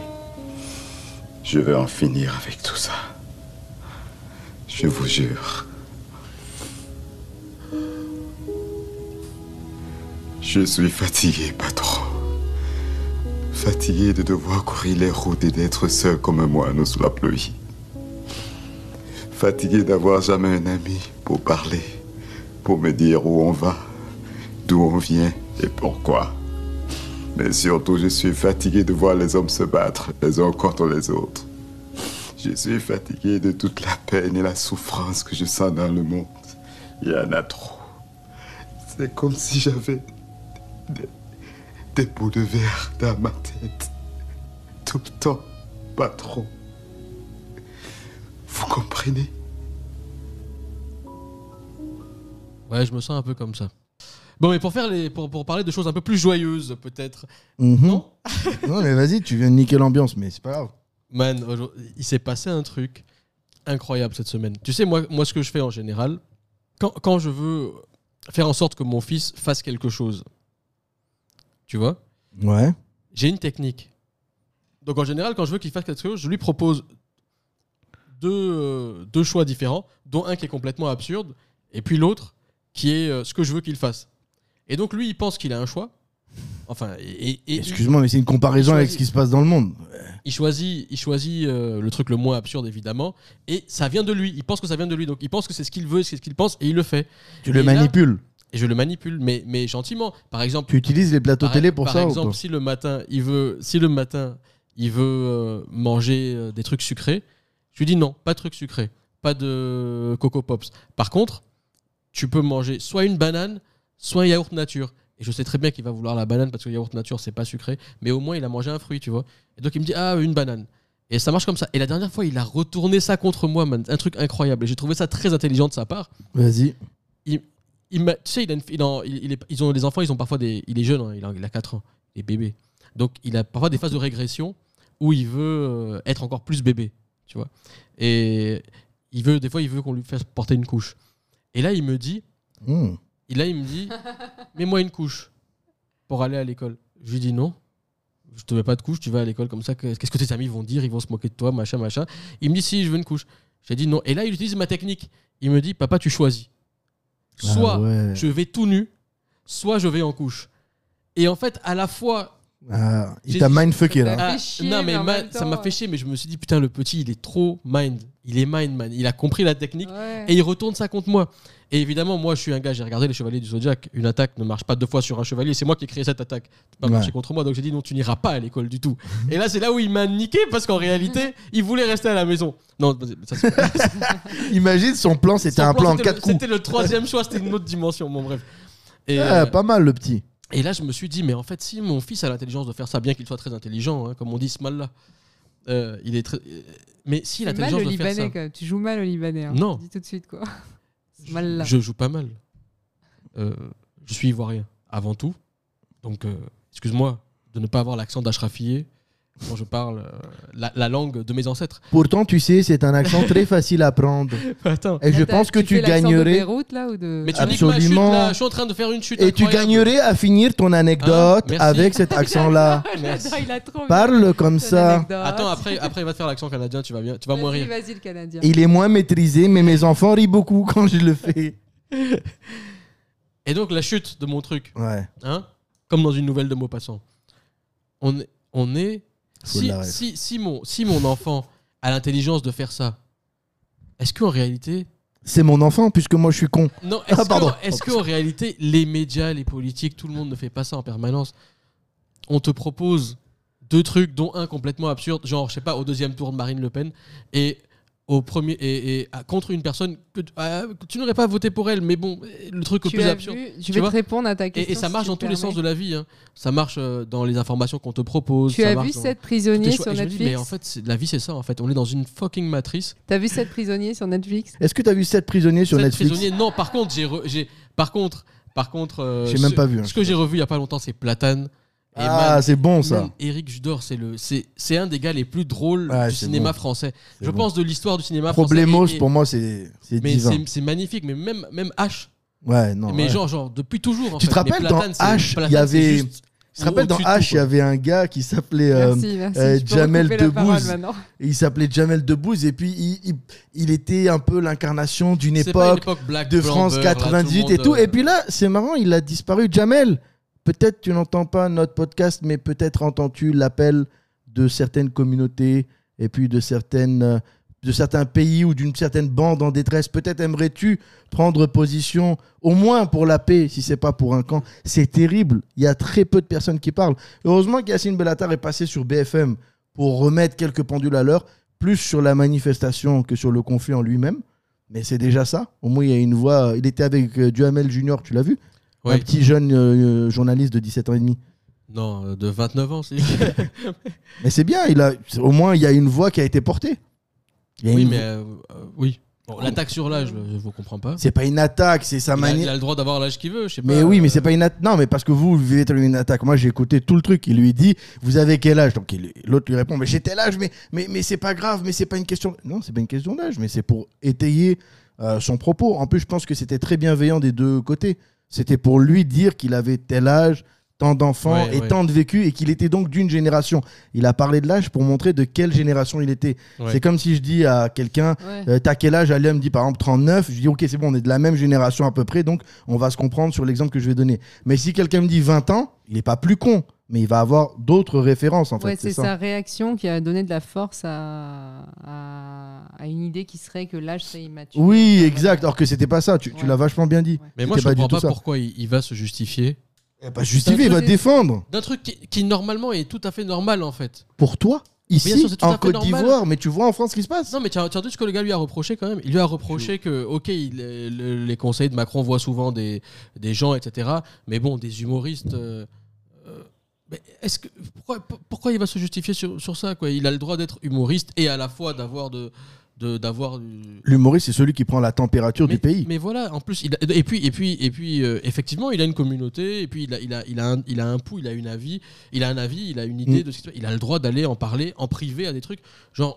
S10: Je veux en finir avec tout ça. Je vous jure. Je suis fatigué, patron. Fatigué de devoir courir les routes et d'être seul comme un moineau sous la pluie. Fatigué d'avoir jamais un ami pour parler, pour me dire où on va, d'où on vient et pourquoi. Mais surtout, je suis fatigué de voir les hommes se battre les uns contre les autres. Je suis fatigué de toute la peine et la souffrance que je sens dans le monde. Il y en a trop. C'est comme si j'avais des bouts de verre dans ma tête. Tout le temps, pas trop. Vous comprenez
S3: Ouais, je me sens un peu comme ça. Bon, mais pour, faire les, pour, pour parler de choses un peu plus joyeuses, peut-être.
S2: Mhm.
S3: Non
S2: Non, mais vas-y, tu viens de niquer l'ambiance, mais c'est pas grave.
S3: Man, aujourd'hui, il s'est passé un truc incroyable cette semaine. Tu sais, moi, moi ce que je fais en général, quand, quand je veux faire en sorte que mon fils fasse quelque chose, tu vois,
S2: Ouais.
S3: j'ai une technique. Donc en général, quand je veux qu'il fasse quelque chose, je lui propose deux, euh, deux choix différents, dont un qui est complètement absurde, et puis l'autre qui est euh, ce que je veux qu'il fasse. Et donc lui, il pense qu'il a un choix. Enfin, et, et- et-
S2: Excuse-moi, mais c'est une comparaison avec ce qui se passe dans le monde.
S3: il choisit, il choisit euh, le truc le moins absurde, évidemment, et ça vient de lui. Il pense que ça vient de lui, donc il pense que c'est ce qu'il veut, c'est ce qu'il pense, et il le fait.
S2: Tu le
S3: Et là-
S2: manipules.
S3: Et je le manipule, mais, mais gentiment. Par exemple,
S2: Tu utilises les plateaux
S3: par,
S2: télé pour
S3: par
S2: ça ou
S3: exemple,
S2: quoi
S3: si le matin il veut, si le matin il veut euh, manger euh, des trucs sucrés, je lui dis non, pas de trucs sucrés, pas de coco pops. Par contre, tu peux manger soit une banane, soit un yaourt nature. Et je sais très bien qu'il va vouloir la banane parce que le yaourt nature, c'est pas sucré. Mais au moins, il a mangé un fruit, tu vois. Et donc, il me dit, ah, une banane. Et ça marche comme ça. Et la dernière fois, il a retourné ça contre moi, man. Un truc incroyable. Et j'ai trouvé ça très intelligent de sa part.
S2: Vas-y.
S3: Il, il m'a- tu sais, il a une- il en- il- il est- ils ont les enfants, ils ont parfois des. Il est jeune, hein, il, a, il a 4 ans, il est bébé. Donc il a parfois des phases de régression où il veut euh, être encore plus bébé, tu vois. Et il veut, des fois, il veut qu'on lui fasse porter une couche. Et là, il me dit,
S2: Hmm.
S3: et là, il me dit, mets-moi une couche pour aller à l'école. Je lui dis non, je te mets pas de couche, tu vas à l'école comme ça. que- Qu'est-ce que tes amis vont dire Ils vont se moquer de toi, machin, machin. Il me dit si, je veux une couche. J'ai dit non. Et là, il utilise ma technique. Il me dit, papa, tu choisis.
S2: Ah
S3: Soit
S2: ouais.
S3: je vais tout nu, soit je vais en couche. Et en fait, à la fois,
S2: Ah, il
S3: j'ai
S2: t'a
S3: dit-
S2: mindfucké là.
S9: Ça
S3: Ah,
S9: fait chier,
S3: non, mais
S9: mais en
S3: ma-
S9: même temps,
S3: ça m'a fait chier, mais je me suis dit, putain, le petit, il est trop mind. Il est mind, man. Il a compris la technique
S9: Ouais.
S3: et il retourne ça contre moi. Et évidemment, moi, je suis un gars, j'ai regardé les Chevaliers du Zodiac. Une attaque ne marche pas deux fois sur un chevalier. C'est moi qui ai créé cette attaque. Tu peux pas
S2: Ouais.
S3: marcher contre moi. Donc j'ai dit, non, tu n'iras pas à l'école du tout. Et là, c'est là où il m'a niqué parce qu'en réalité, il voulait rester à la maison. Non, ça, c'est pas-
S2: Imagine son plan, c'était
S3: son
S2: un plan en
S3: c'était le-
S2: 4 coups.
S3: C'était le troisième choix, c'était une autre dimension. Bon, bref. Et,
S2: Ah,
S3: euh,
S2: Pas mal le petit.
S3: et là, je me suis dit, mais en fait, si mon fils a l'intelligence de faire ça, bien qu'il soit très intelligent, hein, comme on dit ce mal-là, euh, il est très. euh, Mais s'il a
S9: C'est mal le
S3: l'intelligence de faire
S9: Libanais,
S3: ça,
S9: quand même. Tu joues mal au Libanais. hein.
S3: Non.
S9: Dis tout de suite, quoi.
S3: je-
S9: Mal là.
S3: je joue pas mal. Euh, je suis ivoirien, avant tout. Donc, euh, excuse-moi de ne pas avoir l'accent d'Ashrafieh quand je parle euh, la, la langue de mes ancêtres.
S2: Pourtant, tu sais, c'est un accent très facile à prendre.
S3: Attends.
S2: Et je
S9: Là, t'as-
S2: pense que tu
S9: fais l'accent de
S2: gagnerais.
S9: Beyrouth, là, ou de...
S3: Mais tu niques ma chute,
S2: Absolument.
S3: là. Je suis en train de faire une chute.
S2: Et tu
S3: incroyable.
S2: gagnerais à finir ton anecdote
S3: Ah, merci.
S2: avec cet accent-là.
S3: Merci.
S9: J'adore, il a trop
S2: Parle comme
S9: bien son
S2: ça.
S9: anecdote.
S3: Attends, après, après, il va te faire l'accent canadien, tu vas, bien, tu vas moins
S9: Vas-y,
S3: rire.
S9: vas-y, le Canadien.
S2: Il est moins maîtrisé, mais mes enfants rient beaucoup quand je le fais.
S3: Et donc, la chute de mon truc,
S2: Ouais.
S3: hein, comme dans une nouvelle de Maupassant. On est, on est
S2: Faut
S3: si,
S2: de la ref.
S3: si, si mon, si mon enfant a l'intelligence de faire ça, est-ce qu'en réalité,
S2: C'est mon enfant, puisque moi je suis con.
S3: non, est-ce
S2: Ah, pardon.
S3: que, est-ce qu'en réalité, les médias, les politiques, tout le monde ne fait pas ça en permanence On te propose deux trucs, dont un complètement absurde, genre, je sais pas, au deuxième tour de Marine Le Pen et au premier et, et, à- contre une personne que tu- ah, que tu n'aurais pas voté pour elle, mais bon, le truc le
S9: Tu
S3: plus
S9: as
S3: absurde.
S9: vu-
S3: tu
S9: Je vais te
S3: vois
S9: répondre à ta question.
S3: Et, et ça
S9: si
S3: marche
S9: tu
S3: dans
S9: te
S3: tous les sens de
S9: permets.
S3: la vie. hein. Ça marche euh, dans les informations qu'on te propose.
S9: Tu
S3: ça
S9: as
S3: marche
S9: vu
S3: dans
S9: sept
S3: tous tes
S9: prisonniers
S3: choix.
S9: sur
S3: Et je me dis,
S9: Netflix
S3: mais en fait, c'est- la vie, c'est ça. En fait, on est dans une fucking matrice.
S9: T'as vu sept prisonniers sur Netflix
S2: Est-ce que t'as vu 7 prisonniers sur
S3: Sept
S2: Netflix
S3: prisonniers- Non, par contre, j'ai, re- j'ai- par contre, par contre, euh,
S2: J'ai même
S3: ce-
S2: pas vu, hein,
S3: ce
S2: je
S3: que
S2: sais
S3: j'ai revu il y a pas longtemps, c'est Platane. Et
S2: Ah,
S3: man-
S2: c'est bon
S3: man,
S2: ça.
S3: Eric Judor, c'est le, c'est, c'est un des gars les plus drôles
S2: Ah,
S3: du
S2: c'est
S3: cinéma
S2: bon.
S3: français.
S2: C'est
S3: Je
S2: bon.
S3: pense de l'histoire du cinéma
S2: Problemos,
S3: français. et- et-
S2: pour moi, c'est c'est
S3: mais
S2: divin.
S3: c'est, c'est magnifique, mais même, même H.
S2: Ouais, non.
S3: mais
S2: ouais.
S3: genre, genre, depuis toujours. en
S2: Tu te
S3: fait. Mais
S2: rappelles, dans
S3: Platane, c'est-
S2: H, il y
S3: Platane, c'est
S2: avait-
S3: juste
S2: Tu te rappelles, dans
S3: au-dessus de
S2: H,
S3: tout,
S2: il y avait un gars qui s'appelait. euh,
S9: Merci, merci.
S2: euh,
S9: je peux
S2: Jamel
S9: recouper la parole
S2: Debbouze.
S9: maintenant.
S2: il s'appelait Jamel Debbouze, et puis il, il- il était un peu l'incarnation d'une
S3: C'est pas une
S2: époque
S3: époque black,
S2: de
S3: blanc,
S2: France
S3: beurre, là, tout le
S2: 98 et
S3: monde,
S2: tout.
S3: euh,
S2: Et puis là, c'est marrant, il a disparu. Jamel, peut-être tu n'entends pas notre podcast, mais peut-être entends-tu l'appel de certaines communautés et puis de certaines euh, de certains pays ou d'une certaine bande en détresse. Peut-être aimerais-tu prendre position au moins pour la paix, si c'est pas pour un camp. C'est terrible. Il y a très peu de personnes qui parlent. Heureusement qu'Yacine Bellatar est passé sur BFM pour remettre quelques pendules à l'heure, plus sur la manifestation que sur le conflit en lui-même. Mais c'est déjà ça. Au moins, il y a une voix. Il était avec euh, Duhamel Junior, tu l'as vu
S3: ouais.
S2: Un petit jeune euh, euh, journaliste de 17 ans et demi.
S3: Non, euh, de 29 ans, c'est.
S2: Mais c'est bien, il a, au moins, il y a une voix qui a été portée. Il y a
S3: oui,
S2: une
S3: mais
S2: voix.
S3: euh, euh, oui. Bon, L'attaque sur l'âge, je ne vous comprends pas.
S2: C'est pas une attaque, c'est sa
S3: Il a, il
S2: manière.
S3: a le droit d'avoir l'âge qu'il veut, je sais pas.
S2: Mais oui, mais c'est
S3: euh,
S2: pas une attaque. Non, mais parce que vous, vous vivez une attaque. Moi, j'ai écouté tout le truc. Il lui dit Vous avez quel âge Donc, il- l'autre lui répond Mais j'ai tel âge, mais, mais, mais c'est pas grave, mais c'est pas une question. Non, c'est pas une question d'âge, mais c'est pour étayer euh, son propos. En plus, je pense que c'était très bienveillant des deux côtés. C'était pour lui dire qu'il avait tel âge, tant d'enfants
S3: Ouais,
S2: et
S3: ouais.
S2: tant de vécu, et qu'il était donc d'une génération. Il a parlé de l'âge pour montrer de quelle génération il était.
S3: Ouais.
S2: C'est comme si je dis à quelqu'un
S9: Ouais.
S2: euh, T'as quel âge Allez, elle me dit par exemple 39. Je dis Ok, c'est bon, on est de la même génération à peu près, donc on va se comprendre sur l'exemple que je vais donner. Mais si quelqu'un me dit 20 ans, il n'est pas plus con, mais il va avoir d'autres références en fait.
S9: Ouais, c'est sa réaction qui a donné de la force à, à, à une idée qui serait que l'âge serait immature.
S2: Oui,
S9: Voilà.
S2: exact. Alors que c'était pas ça, tu, tu
S9: Ouais.
S2: l'as vachement bien dit.
S9: Ouais.
S3: Mais moi,
S2: C'était
S3: je comprends
S2: du tout
S3: pas
S2: ça.
S3: pourquoi il, il va se justifier
S2: Eh ben, justifié, il va
S9: D'un côté-
S2: défendre.
S3: d'un truc qui, qui, normalement est tout à fait normal en fait.
S2: Pour toi,
S3: Bien
S2: ici,
S3: sûr, c'est tout à
S2: en
S3: fait
S2: Côte
S3: normal.
S2: d'Ivoire, mais tu vois en France ce qui se passe.
S3: Non, mais tu as tu as entendu ce que le gars lui a reproché quand même. Il lui a reproché que, ok, il- le- les conseils de Macron voient souvent des, des gens, etc. Mais bon, des humoristes. euh, euh, mais est-ce que pourquoi, pour- pourquoi il va se justifier sur, sur ça quoi Il a le droit d'être humoriste et à la fois d'avoir de de- d'avoir du-
S2: L'humoriste, c'est celui qui prend la température du pays.
S3: mais voilà en plus il a- et puis et puis et puis euh, effectivement il a une communauté et puis il a il a il a un, il a un pouls il a une avis il a un avis il a une idée
S2: Mm.
S3: de ce qui se passe. il a le droit d'aller en parler en privé à des trucs genre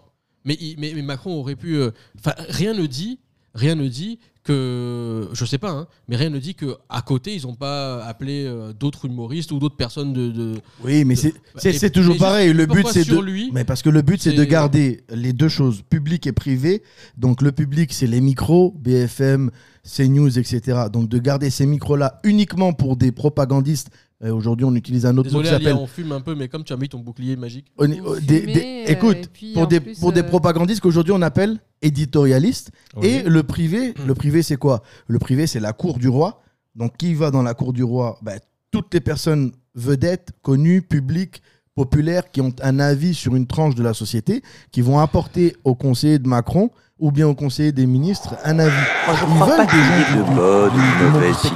S3: mais il- mais, mais Macron aurait pu euh, enfin rien ne dit rien ne dit que je sais pas hein, mais rien ne dit que à côté ils ont pas appelé euh, d'autres humoristes ou d'autres personnes de, de-
S2: Oui, mais c'est-
S3: de-
S2: c'est
S3: Bah, Et-
S2: c'est toujours
S3: mais juste,
S2: pareil. Le but,
S3: pourquoi
S2: c'est de.
S3: sur lui
S2: mais parce que le but, c'est de
S3: c'est-
S2: garder les deux choses, public et privé. Donc, le public, c'est les micros, BFM, CNews, etc. Donc, de garder ces micros-là uniquement pour des propagandistes. Euh, Aujourd'hui, on utilise un autre mot
S3: désolé
S2: qui
S3: Ali,
S2: s'appelle.
S3: on fume un peu mais comme tu as mis ton bouclier magique
S2: on est- euh, des-
S9: fumez,
S2: des-
S9: euh, et
S2: écoute,
S9: puis, en
S2: pour, des,
S9: plus,
S2: pour des
S9: euh,
S2: propagandistes qu'aujourd'hui on appelle éditorialistes,
S3: Oui.
S2: et le privé, le privé c'est quoi Le privé c'est la cour du roi. Donc qui va dans la cour du roi Ben, Toutes les personnes vedettes, connues, publiques, populaires, qui ont un avis sur une tranche de la société, qui vont apporter au conseiller de Macron ou bien au conseiller des ministres un avis. Ils veulent des gens qui-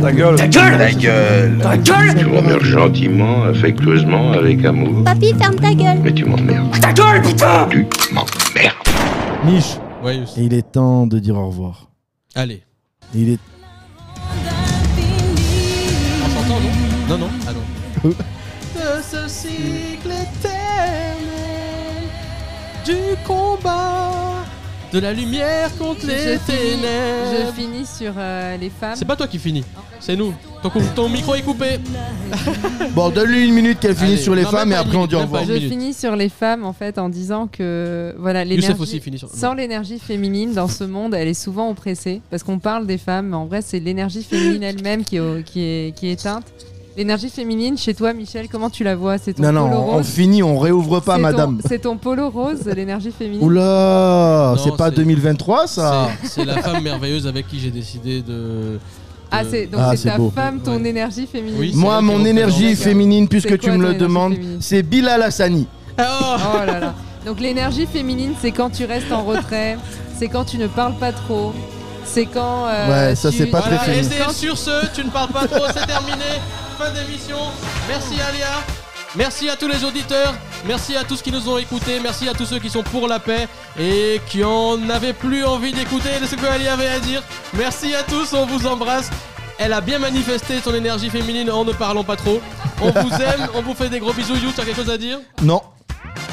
S11: Ta gueule Ta gueule Ta gueule Ta gueule
S12: Je m'emmerdes gentiment, affectueusement, avec amour.
S11: Papy, ferme ta gueule
S12: Mais tu m'emmerdes.
S11: Ta gueule, putain
S12: Tu
S2: Mich,
S3: Ouais,
S2: et il est temps de dire au revoir.
S3: Allez.
S2: Il est
S3: on s'entend non non non ah non
S11: De ce cycle éternel du combat.
S3: de la lumière contre les
S9: Je finis,
S3: ténèbres
S9: je finis sur euh, les femmes.
S3: C'est pas toi qui finis, c'est nous. Ton, cou- ton micro est coupé.
S2: Bon, donne-lui une minute qu'elle finisse
S3: Allez,
S2: sur les
S3: non,
S2: femmes
S3: même
S2: et
S3: pas
S2: après
S3: une
S2: on dit au
S3: minute, même pas
S2: revoir.
S3: une
S9: Je finis sur les femmes en fait en disant que voilà
S3: Youssef
S9: l'énergie
S3: aussi finit sur-
S9: sans l'énergie féminine dans ce monde elle est souvent oppressée parce qu'on parle des femmes mais en vrai c'est l'énergie féminine elle-même qui, est au- qui est qui est éteinte. L'énergie féminine chez toi Michel comment tu la vois c'est ton
S2: Non, non,
S9: polo
S2: on, on
S9: rose
S2: finit, on réouvre pas,
S9: C'est ton-
S2: madame.
S9: C'est ton polo rose l'énergie féminine.
S2: Oula,
S3: Non,
S2: c'est pas
S3: c'est-
S2: 2023 ça
S3: C'est- C'est la femme merveilleuse avec qui j'ai décidé de.
S9: Ah
S3: de-
S9: c'est donc
S2: Ah,
S9: c'est
S2: c'est
S9: ta
S2: beau.
S9: femme ton énergie féminine.
S3: Oui, c'est
S2: Moi,
S3: elle qui
S2: mon
S3: représente-
S2: énergie
S3: D'accord.
S2: féminine,
S9: C'est
S2: puisque tu
S9: quoi
S2: me
S9: ton
S2: le
S9: énergie
S2: demandes,
S9: féminine
S2: c'est Bilal Hassani.
S9: Oh là là. Donc l'énergie féminine, c'est quand tu restes en retrait, c'est quand tu ne parles pas trop, c'est quand. euh,
S2: Ouais, ça,
S9: tu-
S2: c'est pas
S9: voilà,
S2: très féminin.
S9: quand-
S3: Et Ah, sur ce, tu ne parles pas trop, c'est terminé. Fin d'émission. Merci Alia. Merci à tous les auditeurs. Merci à tous qui nous ont écoutés. Merci à tous ceux qui sont pour la paix et qui en avaient plus envie d'écouter de ce que Alia avait à dire. Merci à tous. On vous embrasse. Elle a bien manifesté son énergie féminine en ne parlant pas trop. On vous aime. On vous fait des gros bisous. You, tu as quelque chose à dire
S2: Non,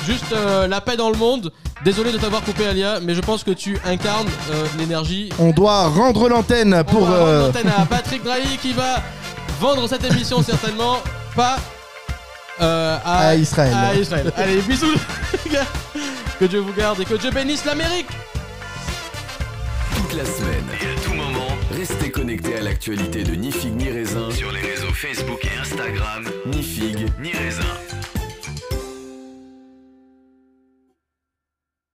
S3: Juste euh, la paix dans le monde. Désolé de t'avoir coupé, Alia, mais je pense que tu incarnes euh, l'énergie
S2: on doit rendre l'antenne
S3: on
S2: pour.
S3: va
S2: euh,
S3: rendre l'antenne à Patrick Drahi qui va vendre cette émission certainement pas euh, à,
S2: À Israël.
S3: à Israël. Allez, bisous les gars. Que Dieu vous garde et que Dieu bénisse l'Amérique.
S13: Toute la semaine et à tout moment, restez connectés à l'actualité de Ni Figue Ni Raisin sur les réseaux Facebook et Instagram Ni Figue Ni Raisin.